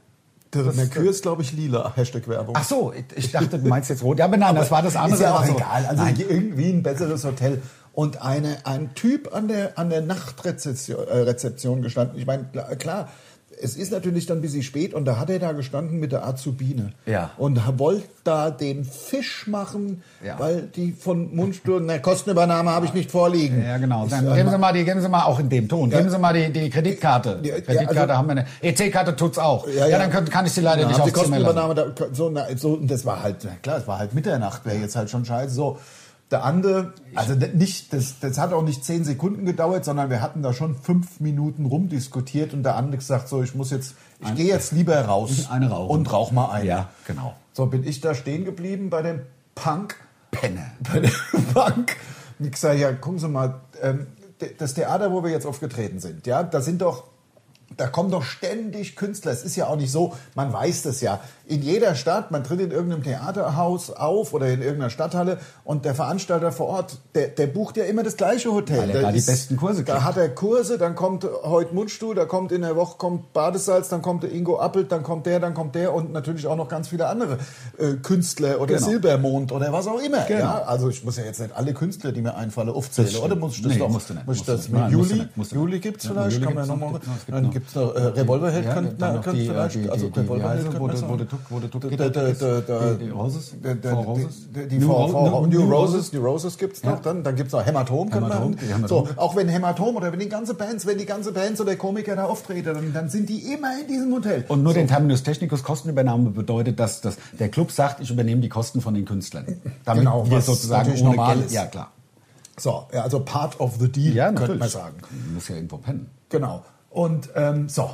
B: der Merkur ist, glaube ich, lila. Hashtag Werbung.
C: Ach so, ich- ich dachte, du meinst jetzt rot. Ja, aber nein, das war das andere.
B: Ist ja auch
C: aber so-
B: egal. Also
C: nein,
B: irgendwie ein besseres Hotel. Und eine, ein Typ an der, an der Nachtrezeption äh, Rezeption gestanden. Ich meine, kla- klar, es ist natürlich dann ein bisschen spät und da hat er da gestanden mit der Azubine.
C: Ja.
B: Und ha- wollte da den Fisch machen,
C: Ja.
B: weil die von Mundstuhl, na, Kostenübernahme habe ich nicht vorliegen.
C: Ja, genau.
B: Ich
C: Dann
B: sag,
C: geben Sie mal die, geben Sie mal auch in dem Ton. Geben Sie mal die, die Kreditkarte.
B: Ja, ja,
C: Kreditkarte
B: also-
C: haben wir eine. EC-Karte tut's auch.
B: Ja,
C: Ja,
B: ja.
C: dann kann, kann ich sie leider
B: Ja,
C: nicht
B: haben
C: aufs
B: die
C: Zimmer lassen.
B: Kostenübernahme da, so, na, so, und das war halt, na klar, es war halt Mitternacht, wäre jetzt halt schon scheiße. So, Der andere, also nicht, das, das hat auch nicht zehn Sekunden gedauert, sondern wir hatten da schon fünf Minuten rumdiskutiert und der andere gesagt, so, ich muss jetzt, ich gehe jetzt lieber raus
C: Eine rauchen.
B: und rauch mal ein.
C: Ja, genau.
B: So bin ich da stehen geblieben bei dem Punk.
C: Penne.
B: [laughs] Bei dem Punk. Und ich sage, ja, gucken Sie mal, ähm, d- das Theater, wo wir jetzt aufgetreten sind, ja, da sind doch, da kommen doch ständig Künstler. Es ist ja auch nicht so, man weiß das ja. In jeder Stadt, man tritt in irgendeinem Theaterhaus auf oder in irgendeiner Stadthalle und der Veranstalter vor Ort, der, der bucht ja immer das gleiche Hotel.
C: Weil er
B: Da
C: da die besten Kurse
B: Da
C: kriegt.
B: hat er Kurse, dann kommt heute Mundstuhl, da kommt in der Woche kommt Badesalz, dann kommt der Ingo Appelt, dann kommt der, dann kommt der und natürlich auch noch ganz viele andere äh, Künstler oder
C: Genau.
B: Silbermond oder was auch immer.
C: Genau.
B: Ja? Also ich muss ja jetzt nicht alle Künstler, die mir einfallen, aufzählen,
C: stimmt.
B: oder? Muss ich das
C: Nee,
B: noch?
C: musst du nicht,
B: Muss ich
C: musst du
B: das
C: nicht.
B: mit
C: Nein, musst du
B: Juli?
C: nicht, musst du
B: Juli
C: nicht.
B: gibt's
C: Ja,
B: vielleicht,
C: Juli
B: kann man
C: gibt's
B: noch
C: noch,
B: mal.
C: gibt's noch, es gibt
B: Dann
C: noch.
B: gibt's noch äh, Revolverheld
C: Ja,
B: könnten
C: dann noch
B: könnten
C: die, äh,
B: vielleicht,
C: die-
B: also
C: die- die-
B: Revolverheld
C: wie heißt er?
B: könnten
C: Wo
B: wir
C: der-
B: sagen.
C: wo der Tuck- wo der Tuck
B: Der-
C: geht,
B: der-
C: der-
B: der- der- der-
C: die- die Roses?
B: der- der-
C: Four Roses?
B: die- Die
C: New
B: Four
C: Ro-
B: Four-
C: New
B: New Roses,
C: Roses?
B: die Roses gibt's noch, dann dann gibt's noch Hämatom, können wir
C: Hämatom,
B: machen.
C: die Hämatom.
B: So, auch wenn Hämatom oder wenn die ganze Bands, wenn die ganze Bands oder Komiker da auftreten, dann, dann sind die immer in diesem Hotel.
C: Und nur den Terminus Technicus Kostenübernahme bedeutet, dass, dass der Club sagt, ich übernehme die Kosten von den Künstlern. Damit
B: Genau,
C: wir
B: was
C: sozusagen
B: natürlich
C: ohne
B: normal
C: Geld.
B: ist.
C: Ja, klar.
B: So, ja, also part of the deal, könnte man sagen.
C: Man muss ja irgendwo pennen.
B: Genau. Und ähm, so,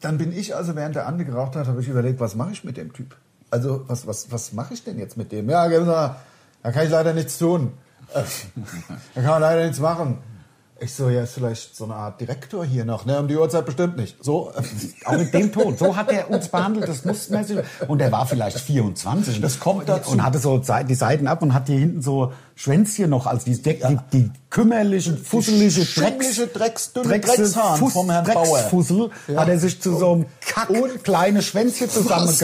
B: dann bin ich also, während der andere geraucht hat, habe ich überlegt, was mache ich mit dem Typ? Also, was, was, was mache ich denn jetzt mit dem? Ja, genau, da kann ich leider nichts tun. [laughs] Äh, da kann man leider nichts machen. Ich so, ja, ist vielleicht so eine Art Direktor hier noch, ne? Um die Uhrzeit bestimmt nicht. So,
C: äh, Auch mit dem Ton. So hat er uns behandelt, das mussten wir sich. Und er war vielleicht 24.
B: Das kommt dazu.
C: Und hatte so Sei- die Seiten ab und hat hier hinten so Schwänzchen noch, als die, Deck, die, die kümmerlichen, fusselige,
B: schimmlige,
C: Drecks,
B: drecksdünne Dreckshahn vom Herrn Bauer.
C: Drecksfussel
B: Ja.
C: hat er sich zu so einem kack
B: Unfassbar.
C: kleine Schwänzchen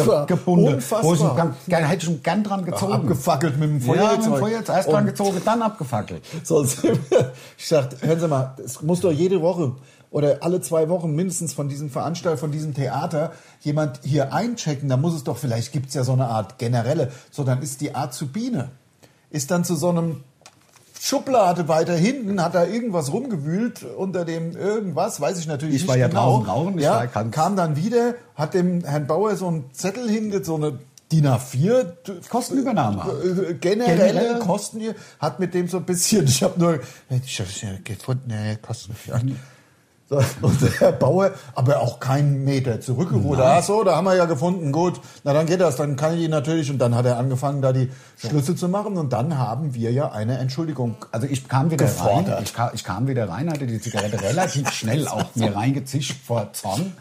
C: zusammengebunden. Wo ich
B: Unfassbar.
C: ihm gern- gern- hätte ich ihm gern dran gezogen.
B: abgefackelt mit dem
C: Ja,
B: Feuerzeug.
C: mit dem Feuerzeug. Erst dran gezogen, dann abgefackelt.
B: So, sind wir- ich sagte, hören Sie mal, es muss doch jede Woche oder alle zwei Wochen mindestens von diesem Veranstalter, von diesem Theater jemand hier einchecken. Da muss es doch, vielleicht gibt es ja so eine Art generelle, so dann ist die Azubine, ist dann zu so einem Schublade weiter hinten, hat da irgendwas rumgewühlt unter dem irgendwas, weiß ich natürlich
C: Ich
B: nicht
C: war ja
B: genau.
C: draußen rauchen, ich
B: ja,
C: war- kann's-
B: kam dann wieder, hat dem Herrn Bauer so einen Zettel hin, so eine DIN A4
C: Kostenübernahme.
B: äh, generelle,
C: Generelle-
B: Kosten hier, hat mit dem so ein bisschen, ich habe nur, ich habe es ja gefunden, ja, ja, Kosten. Ja. So, und der Herr Bauer, aber auch keinen Meter zurückgerudert. Ach so, da haben wir ja gefunden, gut, na dann geht das, dann kann ich ihn natürlich, und dann hat er angefangen, da die Schlüsse zu machen, und dann haben wir ja eine Entschuldigung.
C: Also ich kam wieder
B: Gefordert.
C: rein, ich kam, ich kam wieder rein, hatte die Zigarette
B: [laughs]
C: relativ schnell auch mir reingezischt vor Zorn.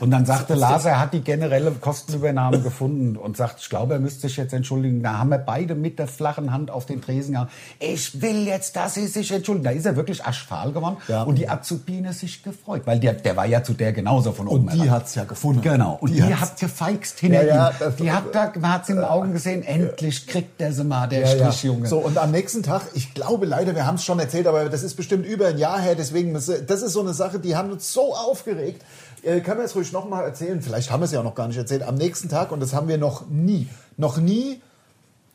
C: Und dann sagte Lars, er hat die generelle Kostenübernahme gefunden und sagt, ich glaube, er müsste sich jetzt entschuldigen. Da haben wir beide mit der flachen Hand auf den Tresen gehauen. Ich will jetzt, dass sie sich entschuldigen. Da ist er wirklich aschfahl geworden
B: Ja.
C: und die Azubine sich gefreut, weil der, der war ja zu der genauso von oben.
B: Und die
C: herab.
B: hat's ja gefunden.
C: Genau. Und
B: Die
C: die,
B: hat's-
C: hat gefeixt hinter
B: Ja, ja,
C: ihm.
B: das-
C: Die hat da, man hat's in den Augen gesehen, endlich kriegt der sie mal, der
B: Ja, ja.
C: Strichjunge.
B: So, und am nächsten Tag, ich glaube leider, wir haben es schon erzählt, aber das ist bestimmt über ein Jahr her, deswegen, müsse- das ist so eine Sache, die haben uns so aufgeregt. Äh, Kann man es ruhig nochmal erzählen? Vielleicht haben wir es ja auch noch gar nicht erzählt. Am nächsten Tag, und das haben wir noch nie, noch nie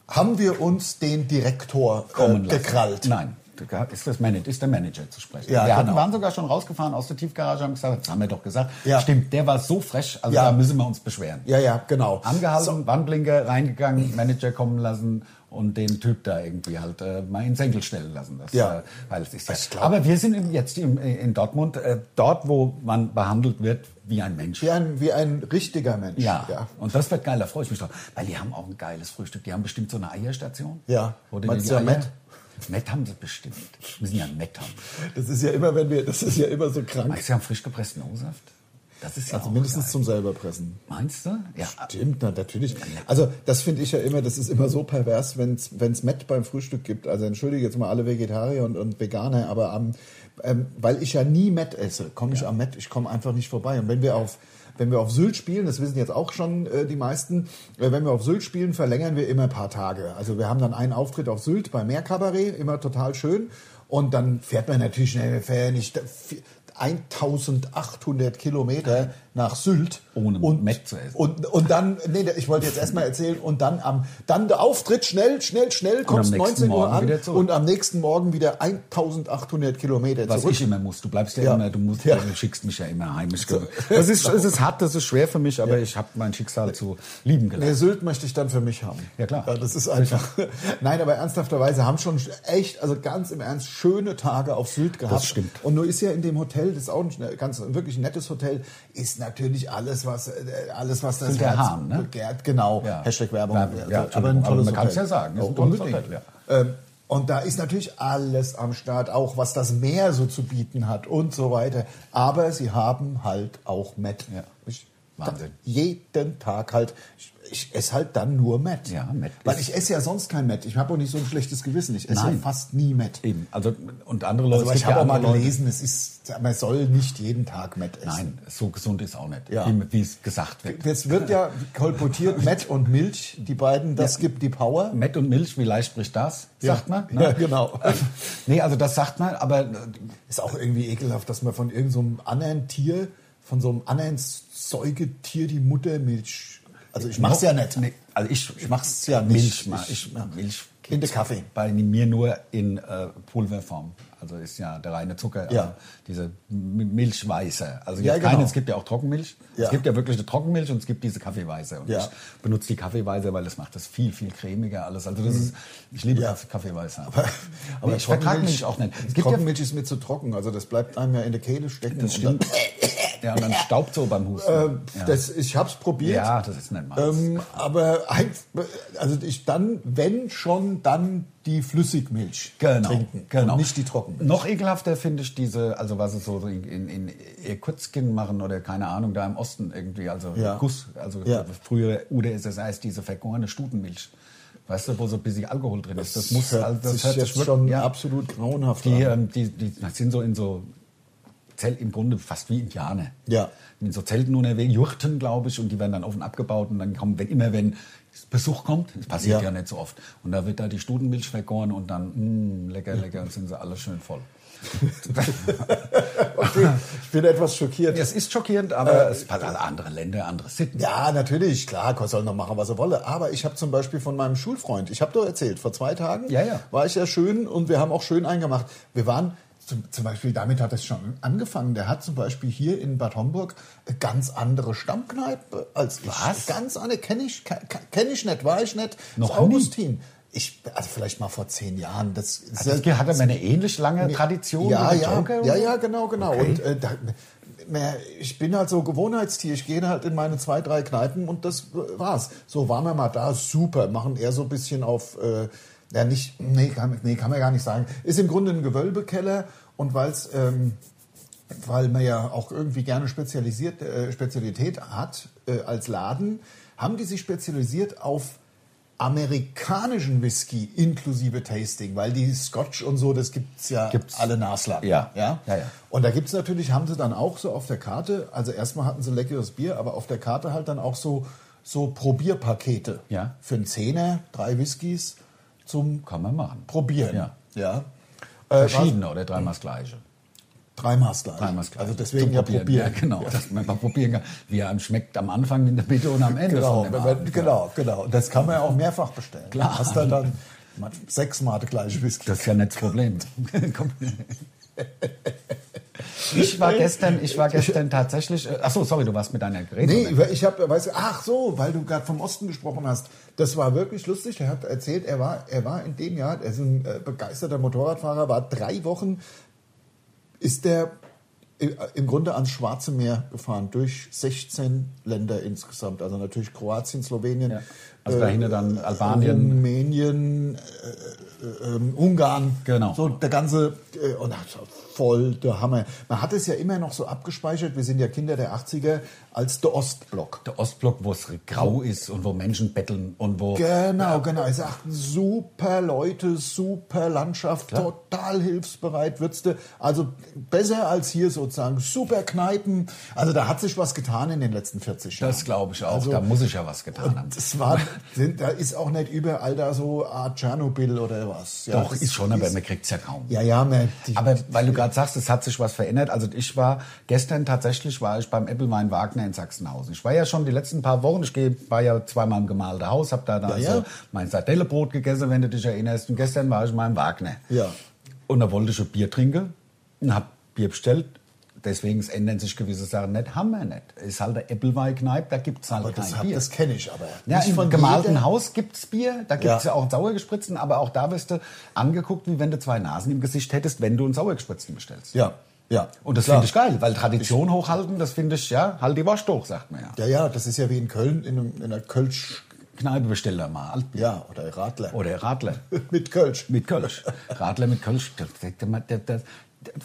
B: haben wir uns den Direktor äh,
C: kommen lassen.
B: gekrallt.
C: Nein, da ist, das Manager, ist der Manager zu sprechen.
B: Ja,
C: wir hatten,
B: genau.
C: waren sogar schon rausgefahren aus der Tiefgarage haben gesagt, das haben wir doch gesagt.
B: Ja.
C: Stimmt, der war so frech, also
B: Ja.
C: da müssen wir uns beschweren.
B: Ja, ja, genau.
C: Angehalten, Wandblinker reingegangen, Manager kommen lassen und den Typ da irgendwie halt äh, mal ins Senkel stellen lassen. Das,
B: Ja.
C: äh, weil es ist ja.
B: Ich glaub-
C: Aber wir sind im, jetzt im, in Dortmund, äh, dort, wo man behandelt wird wie ein Mensch.
B: Wie ein, wie ein richtiger Mensch.
C: Ja.
B: ja.
C: und das wird geil, da freue ich mich drauf. Weil die haben auch ein geiles Frühstück. Die haben bestimmt so eine Eierstation.
B: Ja.
C: Oder
B: Meinst
C: die
B: du ja
C: Eier?
B: Mett?
C: Mett haben sie bestimmt. Müssen ja Mett haben.
B: Das ist ja immer, wenn wir, das ist ja immer so krank.
C: Meinst du, die haben frisch gepressten O-Saft? Das ist ja
B: Also
C: auch
B: mindestens
C: geil.
B: zum selber pressen.
C: Meinst du? Ja.
B: Stimmt, na, natürlich. Also das finde ich ja immer, das ist immer so pervers, wenn es Met beim Frühstück gibt. Also entschuldige jetzt mal alle Vegetarier und, und Veganer, aber am, ähm, weil ich ja nie Met esse, komme ich am Met, ich komme einfach nicht vorbei. Und wenn wir auf wenn wir auf Sylt spielen, das wissen jetzt auch schon äh, die meisten, äh, wenn wir auf Sylt spielen, verlängern wir immer ein paar Tage. Also wir haben dann einen Auftritt auf Sylt bei Meerkabarett, immer total schön. Und dann fährt man natürlich schnell, wir fahren nicht 1800 Kilometer nach Sylt.
C: Ohne
B: und,
C: Mett zu essen.
B: Und, und dann, nee, ich wollte jetzt erstmal erzählen, und dann am dann der Auftritt, schnell, schnell, schnell, kommst
C: am nächsten
B: 19 Uhr
C: Morgen
B: an
C: wieder zurück.
B: und am nächsten Morgen wieder 1800 Kilometer
C: Was
B: zurück.
C: ich immer muss. Du bleibst ja,
B: Ja.
C: immer, du musst,
B: Ja.
C: du schickst mich ja immer heimisch. Das ist, [laughs] es ist hart, das ist schwer für mich, aber ich habe mein Schicksal zu lieben gelernt.
B: Nee, Sylt möchte ich dann für mich haben.
C: Ja, klar.
B: das ist einfach. [laughs] Nein, aber ernsthafterweise haben schon echt, also ganz im Ernst, schöne Tage auf Sylt gehabt.
C: Das stimmt.
B: Und nur ist ja in dem Hotel, das ist auch ein ganz wirklich nettes Hotel, ist natürlich alles, was äh, alles, was das
C: Sylt der
B: Herz
C: Hahn, ne?
B: begehrt. Genau.
C: Ja.
B: Hashtag Werbung.
C: Werbung, ja,
B: Also, aber ein
C: Entschuldigung, aber
B: tolles
C: man kann's
B: Hotel.
C: ja sagen, ist ein
B: Oh,
C: tolles
B: unbedingt.
C: Hotel,
B: Ähm, und da ist natürlich alles am Start, auch was das Meer so zu bieten hat und so weiter. Aber sie haben halt auch Met.
C: Ja.
B: Ich-
C: Wahnsinn.
B: jeden Tag halt. Ich, ich esse halt dann nur Met.
C: Ja, Met
B: Weil
C: ist-
B: ich esse ja sonst kein Met. Ich habe auch nicht so ein schlechtes Gewissen. Ich esse ja
C: Nein.
B: fast nie Met.
C: Eben. Also, und andere Leute.
B: Also
C: es
B: ich
C: gibt
B: habe
C: ja
B: auch mal
C: andere Leute-
B: gelesen, es ist, man soll nicht jeden Tag Met essen.
C: Nein, so gesund ist auch nicht,
B: Ja.
C: wie wie es gesagt wird.
B: Jetzt wird ja kolportiert Met und Milch, die beiden, das gibt die Power.
C: Mett und Milch, wie leicht spricht das?
B: Ja.
C: Sagt man? ne?
B: Ja, genau.
C: [laughs] nee, also das sagt man, aber äh,
B: Ist auch irgendwie ekelhaft, dass man von irgendeinem so einem anderen Tier, von so einem anderen Säugetier die Muttermilch. Also ich mach's ja nicht.
C: Nee, also ich, ich
B: mach's ja
C: Milch,
B: nicht.
C: ma-
B: Ich-
C: ich,
B: ja.
C: Milch
B: In
C: gibt's
B: den Kaffee.
C: Bei mir nur in äh, Pulverform. Also ist ja der reine Zucker, also
B: Ja.
C: diese M- Milchweiße. Also
B: Ja,
C: jetzt keine,
B: genau.
C: es gibt ja auch Trockenmilch.
B: Ja.
C: Es gibt ja wirklich eine Trockenmilch und es gibt diese Kaffeeweiße. Und
B: Ja.
C: ich benutze die Kaffeeweiße, weil das macht das viel, viel cremiger alles. Also das ist, ich liebe
B: Mhm. Ja.
C: Kaff- Kaffeeweiße.
B: Aber, aber
C: Nee, ich vertrag mich auch nicht. Es gibt ja
B: Trockenmilch ist mir zu trocken, also das bleibt einem ja in der Kehle stecken.
C: Das
B: und dann-
C: stimmt. Ja,
B: [laughs]
C: und dann staubt so beim Husten. ja.
B: Das, ich hab's probiert.
C: ja, das ist nicht meins.
B: Ähm, aber ein, also ich dann, wenn schon, dann die Flüssigmilch
C: genau,
B: trinken.
C: genau.
B: Und nicht die Trockenmilch.
C: Noch ekelhafter finde ich diese, also was es so in, in, in Irkutskin machen oder keine Ahnung, da im Osten irgendwie, also
B: Ja.
C: Guss, also
B: Ja.
C: früher UdSSR ist diese vergorene Stutenmilch. Weißt du, wo so ein bisschen Alkohol drin ist. Das, muss,
B: hört
C: also das
B: sich
C: hört sich
B: jetzt
C: wirklich-
B: schon
C: ja.
B: absolut grauenhaft
C: Die,
B: an.
C: ähm, die, die sind so in so Zelt im Grunde fast wie Indianer.
B: Ja.
C: In so Zelten unterwegs, Jurten, glaube ich, und die werden dann offen abgebaut und dann kommen, wenn immer wenn Besuch kommt, das passiert
B: Ja.
C: ja. nicht so oft, und da wird da die Studenmilch vergoren und dann, mh, lecker, lecker, und sind sie alle schön voll.
B: Okay, ich bin etwas schockiert.
C: Es ist schockierend, aber Äh, es hat alle andere Länder, andere Sitten.
B: Ja, natürlich, klar, Kost soll noch machen, was er wolle. Aber ich habe zum Beispiel von meinem Schulfreund, ich habe doch erzählt, vor zwei Tagen
C: Ja, ja.
B: war ich ja schön und wir haben auch schön eingemacht. Wir waren zum, zum Beispiel, damit hat es schon angefangen, der hat zum Beispiel hier in Bad Homburg eine ganz andere Stammkneipe als ich.
C: Was?
B: Ganz andere, kenne ich, kenn ich nicht, war ich nicht.
C: Noch
B: Das Augustin. Ich, also vielleicht mal vor zehn Jahren. Das,
C: Das hat aber eine ähnlich lange Tradition.
B: ja,
C: wie die
B: ja,
C: Joker und
B: ja,
C: so?
B: ja, genau, genau.
C: Okay.
B: Und äh, da, mehr, ich bin halt so Gewohnheitstier. Ich gehe halt in meine zwei, drei Kneipen und das äh, war's. So waren wir mal da, super. Machen eher so ein bisschen auf, äh, ja nicht, nee kann, nee, kann man gar nicht sagen. Ist im Grunde ein Gewölbekeller und weil's ähm, weil man ja auch irgendwie gerne spezialisiert, äh, Spezialität hat äh, als Laden, haben die sich spezialisiert auf amerikanischen Whisky inklusive Tasting, weil die Scotch und so, das gibt's ja
C: Gibt's.
B: alle Naslappen.
C: Ja.
B: Ja?
C: Ja, ja.
B: Und da gibt's natürlich, haben sie dann auch so auf der Karte, also erstmal hatten sie leckeres Bier, aber auf der Karte halt dann auch so, so Probierpakete.
C: Ja.
B: Für einen Zehner, drei Whiskys zum
C: Kann man machen.
B: Probieren.
C: Ja.
B: ja. Äh,
C: Verschiedene oder dreimal das Gleiche.
B: Dreimal das Gleiche.
C: Dreimal das Gleiche.
B: Also deswegen
C: Zum
B: ja
C: probieren.
B: probieren.
C: Ja, genau, dass man mal probieren kann, wie einem schmeckt am Anfang, in der Mitte und am Ende.
B: Genau,
C: von dem
B: wenn
C: Abend,
B: man,
C: ja.
B: genau, genau. Das kann man ja auch mehrfach bestellen. Klar. Hast dann dann man- sechsmal das gleiche Whisky.
C: Das ist ja nicht das Problem. [laughs] Komm. Ich war gestern, ich war gestern tatsächlich. äh, Ach so, sorry, du warst mit deiner Geräte.
B: Nee, weil ich habe, weißt du, ach so, weil du gerade vom Osten gesprochen hast. Das war wirklich lustig. Er hat erzählt, er war, er war in dem Jahr, er ist ein äh, begeisterter Motorradfahrer, war drei Wochen, ist der äh, im Grunde ans Schwarze Meer gefahren, durch 16 Länder insgesamt. Also natürlich Kroatien, Slowenien. äh,
C: Ja. Also dahinter dann Albanien.
B: Rumänien, äh, äh, ähm, Ungarn.
C: Genau.
B: So der ganze, äh, und das war voll der Hammer. Man hat es ja immer noch so abgespeichert, wir sind ja Kinder der 80er, als der Ostblock.
C: Der Ostblock, wo es grau ist und wo Menschen betteln und wo.
B: Genau, genau. Ich sag, super Leute, super Landschaft, total hilfsbereit würdest du. Also besser als hier sozusagen, super Kneipen. Also da hat sich was getan in den letzten 40 Jahren.
C: Das glaube ich auch.
B: Also-
C: da muss ich ja was getan haben.
B: Das war, sind, da ist auch nicht überall da so Art Tschernobyl oder was. Ja,
C: Doch,
B: das
C: ist schon, aber man kriegt es ja kaum.
B: Ja, ja, man, die,
C: Aber weil du gerade gerade sagst, es hat sich was verändert. Also ich war gestern tatsächlich war ich beim Äppelwein Wagner in Sachsenhausen. Ich war ja schon die letzten paar Wochen, ich geh, war ja zweimal im gemahlten Haus, habe da, da
B: Ja, ja.
C: so mein Sardellebrot gegessen, wenn du dich erinnerst. Und gestern war ich mal im Wagner.
B: Ja.
C: Und da wollte ich ein Bier trinken und hab Bier bestellt. Deswegen ändern sich gewisse Sachen nicht. Haben wir nicht. Ist halt der Äppelwein-Kneipe, da gibt's halt
B: Aber
C: kein
B: das, hab-
C: Bier.
B: das kenne ich aber.
C: Ja,
B: Nicht
C: im gemalten
B: jedem-
C: Haus gibt's Bier, da gibt's
B: Ja.
C: ja. auch einen Sauergespritzten, aber auch da wirst du angeguckt, wie wenn du zwei Nasen im Gesicht hättest, wenn du einen Sauergespritzten bestellst.
B: Ja, ja.
C: Und das
B: klar.
C: finde ich geil, weil Tradition hochhalten, das finde ich, ja, halt die Wurst hoch, sagt man ja.
B: Ja, ja, das ist ja wie in Köln, in, einem, in einer Kölsch,
C: Kneipebesteller mal, Altbier.
B: ja, oder Radler.
C: Oder Radler.
B: [laughs] Mit Kölsch.
C: mit Kölsch. Radler mit Kölsch. Das- das- das- das-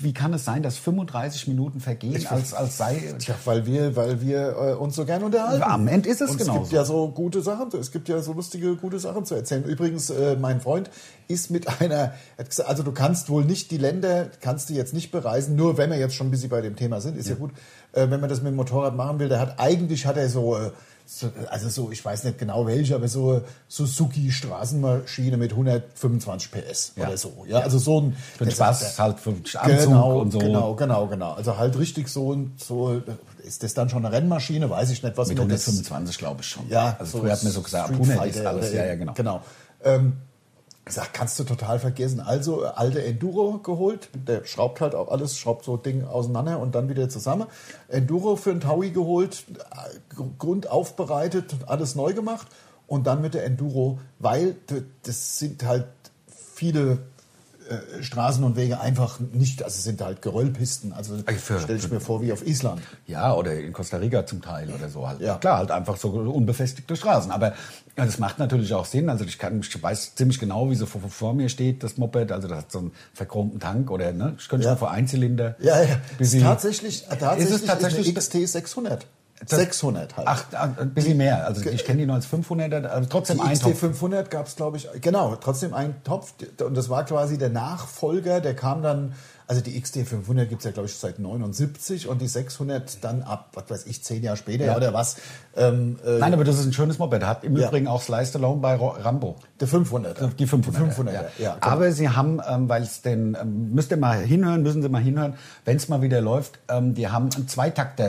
C: Wie kann es sein, dass 35 Minuten vergehen, als, als sei...
B: Ja, weil wir, weil wir äh, uns so gern unterhalten.
C: Am Ende ist es
B: Und
C: genauso.
B: Es gibt ja so gute Sachen, es gibt ja so lustige, gute Sachen zu erzählen. Übrigens, äh, mein Freund ist mit einer, hat gesagt, also du kannst wohl nicht die Länder, kannst du jetzt nicht bereisen, nur wenn wir jetzt schon ein bisschen bei dem Thema sind, ist ja, gut, äh, wenn man das mit dem Motorrad machen will, der hat, eigentlich hat er so, äh, so also so, ich weiß nicht genau welche, aber so äh, Suzuki-Straßenmaschine mit 125 PS
C: Ja.
B: oder so. Ja, also so ein...
C: Für den
B: der sagt,
C: Spaß
B: der-
C: halt, für den Anzug
B: genau,
C: und so.
B: Genau, genau, genau. Also halt richtig so und so ist das dann schon eine Rennmaschine, weiß ich nicht, was
C: Mit
B: man das-
C: 125, glaube ich schon.
B: Ja,
C: also früher hat man so gesagt,
B: Street
C: 100 ist
B: Fighter
C: alles.
B: oder-
C: Ja, ja, genau.
B: Genau. Ähm, Sag, kannst du total vergessen. Also, äh, alte Enduro geholt. Der schraubt halt auch alles, schraubt so Ding auseinander und dann wieder zusammen. Enduro für den Taui geholt, äh, gr- Grund aufbereitet, alles neu gemacht und dann mit der Enduro, weil d- das sind halt viele äh, Straßen und Wege einfach nicht, also es sind halt Geröllpisten. Also,
C: Ey, für-
B: stelle ich
C: für-
B: mir vor, wie auf Island.
C: Ja, oder in Costa Rica zum Teil oder so halt.
B: Ja.
C: Klar, halt einfach so unbefestigte Straßen. Aber ja, das macht natürlich auch Sinn. Also ich, kann, ich weiß ziemlich genau, wie so vor, vor mir steht, das Moped. Also das hat so einen verchromten Tank oder ne? Ich könnte
B: Ja.
C: schon vor Einzylinder.
B: Ja, ja.
C: Bisschen-
B: tatsächlich, äh, tatsächlich
C: ist es tatsächlich
B: ist eine XT 600.
C: Das-
B: 600 halt.
C: Ach, ein bisschen mehr. Also ich kenne die nur als 500er, aber
B: die
C: trotzdem ein
B: XT
C: Topf.
B: 500 gab es, glaube ich, genau, trotzdem einen Topf. Und das war quasi der Nachfolger, der kam dann, also die XT 500 gibt es ja, glaube ich, seit 79 und die 600 dann ab, was weiß ich, zehn Jahre später
C: Ja.
B: oder was. Ähm, äh,
C: Nein, aber das ist ein schönes Moped. Hat im
B: Ja.
C: Übrigen auch das Leisterlaum bei Ro- Rambo.
B: der 500.
C: Die 500.
B: 500, ja. genau.
C: Aber sie haben, ähm, weil es den, ähm, müsst ihr mal hinhören, müssen Sie mal hinhören, wenn es mal wieder läuft, ähm, die haben ein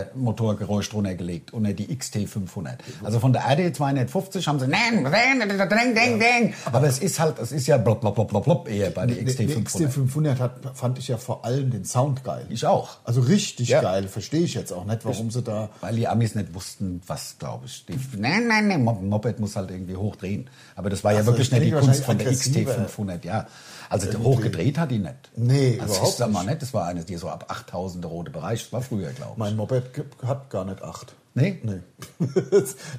C: Zweitakter-Motorgeräusch drunter gelegt, unter die XT500. Also von der RD250 haben sie, nein, nein, nein, nein, nein, nein, nein. aber es ist halt, es ist ja blop, blop, blop, blop, blop eher bei der
B: Die XT
C: XT500.
B: 500 hat, fand ich ja vor allem den Sound geil.
C: Ich auch.
B: Also richtig
C: Ja.
B: geil, verstehe ich jetzt auch nicht, warum sie da.
C: Weil die Amis nicht wussten, was, glaube ich. Die, nein, nein, nein, Mop- Moped muss halt irgendwie hochdrehen. Aber das war ja
B: Also,
C: wirklich
B: das
C: nicht die
B: klingt
C: Kunst von der
B: wahrscheinlich
C: XT500, ja. Also hochgedreht hat die nicht.
B: Nee,
C: das
B: überhaupt
C: ist aber nicht. ne, Das war eine, die so ab 8000 der rote Bereich, das war früher, glaube ich. Ne?
B: Mein Moped ge- hat gar nicht acht.
C: Nee?
B: Nee. [laughs]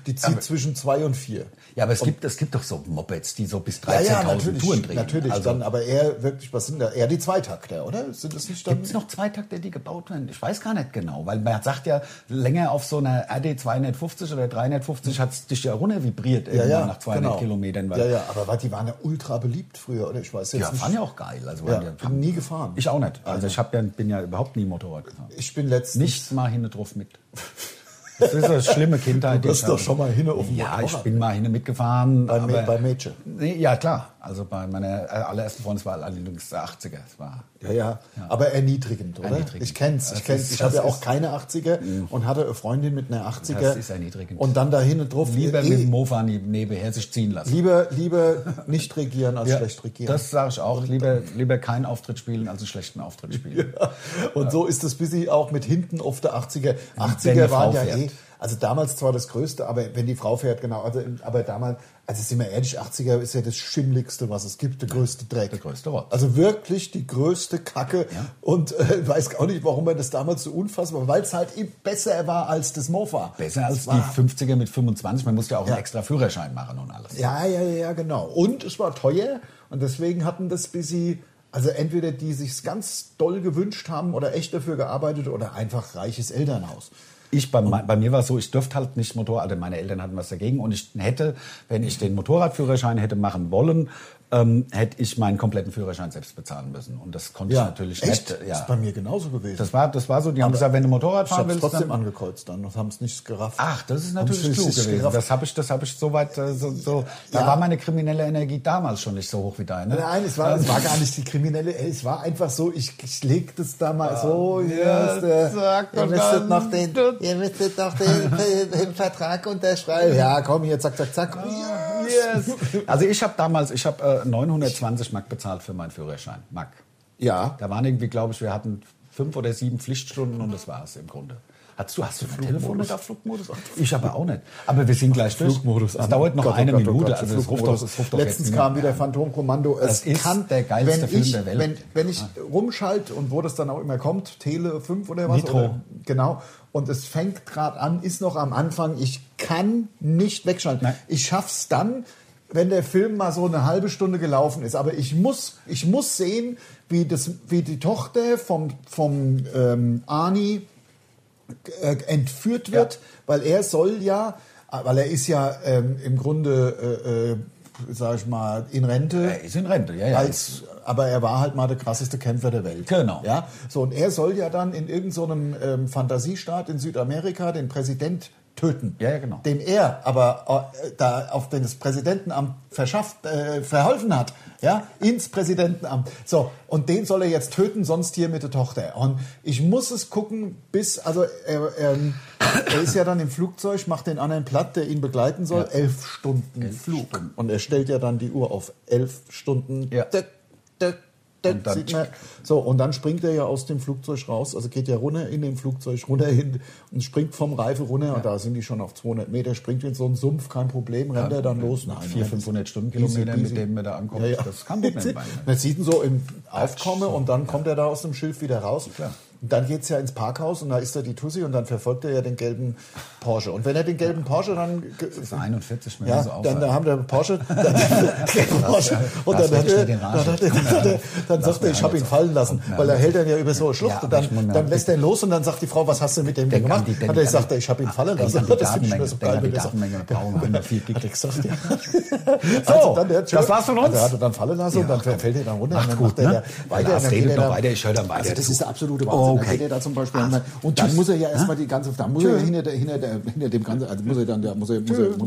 B: die zieht zwischen zwei und vier.
C: Ja, aber es gibt, es gibt doch so Mopeds, die so bis
B: Ja,
C: 13.000
B: ja, natürlich.
C: Touren drehen.
B: natürlich
C: also,
B: dann, aber eher wirklich, was sind da? Eher die Zweitakter, oder? Sind das nicht dann?
C: Gibt es noch Zweitakter, die gebaut werden? Ich weiß gar nicht genau, weil man sagt ja, länger auf so einer RD 250 oder 350 hat es dich ja runter vibriert irgendwann nach 200
B: genau.
C: Kilometern. weil-
B: Ja, ja, aber war- die waren ja ultra beliebt früher, oder? Ich weiß jetzt
C: Ja,
B: nicht.
C: fahren ja auch geil. Also
B: Ja,
C: wir
B: bin nie gefahren.
C: Ich auch nicht. Also ich hab ja, bin ja überhaupt nie Motorrad gefahren.
B: Ich bin letztens.
C: Nichts mal hinne drauf mit. Das ist eine schlimme Kindheit.
B: [laughs] Du bist doch schon mal hinne auf dem
C: Ja, ich
B: Motorrad.
C: bin mal hinne mitgefahren.
B: Bei Me- bei Mädchen.
C: Nee, ja, klar. Also bei meiner äh, allerersten Freundin, das war allerdings der 80er. Das war
B: Ja, ja, aber erniedrigend, oder?
C: Erniedrigend.
B: Ich kenn's,
C: Das
B: ich kenn's.
C: ist-
B: ich habe ja
C: das
B: auch
C: ist- Mhm.
B: keine 80er und hatte eine Freundin mit einer 80er.
C: Das ist erniedrigend.
B: Und dann da hinten drauf.
C: lieber
B: eh-
C: mit dem Mofa nie- nebenher sich ziehen lassen.
B: lieber, lieber nicht regieren als
C: Ja,
B: schlecht regieren.
C: Das sage ich auch. Lieber, lieber keinen Auftritt spielen, als einen schlechten Auftritt spielen.
B: Und so ist das bisschen auch mit hinten auf der 80er.
C: Wenn die
B: 80er
C: Frau
B: waren ja
C: fährt.
B: eh, also damals zwar das Größte, aber wenn die Frau fährt, genau. Also, aber damals, also sind wir ehrlich, 80er ist ja das Schimmligste, was es gibt, der größte Dreck.
C: der größte Rotz.
B: Also wirklich die größte Kacke. Und äh, weiß auch nicht, warum man das damals so unfassbar, weil es halt eben besser war als das Mofa.
C: Besser als
B: Es
C: die
B: war-
C: 50er mit 25. Man musste ja auch
B: Ja.
C: einen extra Führerschein machen und alles.
B: Ja, ja, ja, ja, genau. Und es war teuer und deswegen hatten das busy, also entweder die sich's ganz doll gewünscht haben oder echt dafür gearbeitet oder einfach reiches Elternhaus.
C: Ich, bei, bei mir war es so, ich durfte halt nicht Motorrad, also meine Eltern hatten was dagegen und ich hätte, wenn ich den Motorradführerschein hätte machen wollen, ähm, hätte ich meinen kompletten Führerschein selbst bezahlen müssen. Und das konnte ich natürlich
B: echt?
C: nicht. äh,
B: Das ist bei mir genauso gewesen.
C: Das war, das war so, die haben gesagt, wenn du Motorrad
B: ich
C: fahren
B: habe es
C: willst,
B: trotzdem
C: dann-
B: angekreuzt dann und haben es nicht gerafft.
C: Ach, das ist
B: Haben sie
C: natürlich
B: es
C: klug
B: nicht
C: gewesen.
B: gerafft.
C: Das habe ich, das habe ich soweit äh, so, so. Da
B: Ja.
C: war meine kriminelle Energie damals schon nicht so hoch wie deine.
B: Nein, es
C: Ähm.
B: war, es war gar nicht die kriminelle, es war einfach so, ich, ich leg das da mal so, hier
C: Ja,
B: ist der,
C: zack,
B: ihr
C: und
B: müsstet
C: dann-
B: noch den, ihr müsstet noch
C: [laughs]
B: den, den Vertrag unterschreiben. Ja, komm hier, zack, zack, zack. [laughs]
C: Yes. Also ich habe damals, ich habe äh, 920 Mark bezahlt für meinen Führerschein. Mark.
B: Ja.
C: Da waren irgendwie, glaube ich, wir hatten fünf oder sieben Pflichtstunden und das war es im Grunde. Hast du, hast du mein Telefon nicht auf Flugmodus? Ich aber auch nicht. Aber wir sind gleich durch.
B: Flugmodus
C: Es
B: an.
C: dauert noch
B: Gott, oh
C: eine
B: Gott, oh
C: Minute.
B: Gott,
C: also es ruft
B: Flugmodus.
C: doch, es ruft doch
B: Letztens
C: jetzt
B: kam
C: niemand
B: wieder
C: mehr an.
B: Phantomkommando. Es
C: Das ist
B: kann,
C: der geilste
B: wenn
C: Film
B: ich,
C: der Welt. Ah.
B: Wenn, wenn ich rumschalte und wo das dann auch immer kommt, Tele 5 oder was.
C: Nitro.
B: Oder, genau. Und es fängt gerade an, ist noch am Anfang. Ich kann nicht wegschalten.
C: Nein.
B: Ich schaff's dann, wenn der Film mal so eine halbe Stunde gelaufen ist. Aber ich muss, ich muss sehen, wie, das, wie die Tochter vom, vom ähm, Arnie äh, entführt wird,
C: Ja.
B: weil er soll ja, äh, weil er ist ja ähm, im Grunde, äh, äh, sag ich mal, in Rente.
C: Er ist in Rente, ja, ja.
B: Als, aber er war halt mal der krasseste Kämpfer der Welt.
C: Genau.
B: Ja? So, und er soll ja dann in irgendeinem so einem, ähm, Fantasiestaat in Südamerika den Präsident töten.
C: Ja, ja, genau.
B: Dem er aber äh, da auf den das Präsidentenamt verschafft, äh, verholfen hat. Ja, ins Präsidentenamt. So, und den soll er jetzt töten, sonst hier mit der Tochter. Und ich muss es gucken, bis, also er, ähm, er ist ja dann im Flugzeug, macht den anderen platt, der ihn begleiten soll. Elf Stunden Flug. Und er stellt ja dann die Uhr auf elf Stunden.
C: Ja.
B: Döck, döck, döck,
C: Und dann-
B: sieht man. So, und dann springt er ja aus dem Flugzeug raus, also geht ja runter in dem Flugzeug,
C: Mhm.
B: runter hin und springt vom Reife runter. Und da sind die schon auf 200 Meter, springt in so einen Sumpf, kein Problem, rennt er dann los. Nein,
C: 400, 500 Stundenkilometer, mit dem man da ankommt. Das kann gut nebenbei.
B: Man sieht ihn so im Aufkomme und dann kommt er da aus dem Schilf wieder raus.
C: Klar.
B: Und dann geht es ja ins Parkhaus und da ist da die Tussi und dann verfolgt er ja den gelben Porsche. Und wenn er den gelben Porsche dann ge-
C: 41, wenn
B: ja,
C: man so
B: dann,
C: aufhört.
B: haben wir Porsche, [laughs] dann, Porsche und
C: lass
B: dann,
C: mich
B: hat er,
C: nicht in
B: dann,
C: Rage.
B: hat er, dann, hat er, dann sagt er, ich habe ihn fallen lassen, weil er hält dann also ja über so eine Schlucht
C: aber
B: und
C: ich muss
B: dann,
C: mir-
B: dann lässt er ihn los und dann sagt die Frau, was hast du mit dem denn
C: Denk an
B: gemacht?
C: die- denk
B: Hat er
C: an
B: gesagt,
C: die-
B: ich habe ihn fallen
C: denk
B: lassen.
C: an die
B: [laughs] Das finde ich immer so
C: Datenmenge,
B: geil, wenn
C: denk
B: er
C: an die
B: [laughs] sagt-
C: Datenmenge. Braun, einmal vier Gig.
B: Hat er gesagt, [laughs] ja.
C: So,
B: der
C: das
B: Jerk,
C: war's von uns.
B: also Hat er dann fallen lassen und dann fällt er dann runter. und
C: Macht's
B: dann
C: gut,
B: macht er
C: ne?
B: da
C: Weil Lars
B: und dann
C: redet
B: geht er
C: noch
B: da-
C: weiter, ich höre dann weiter
B: Also das
C: zu.
B: ist der absolute Wahnsinn.
C: Okay.
B: Dann geht er da zum Beispiel und dann muss er ja erstmal die ganze, da muss er ja hinter, der- hinter, der- hinter dem ganzen, also muss er dann, da muss er, muss er, muss er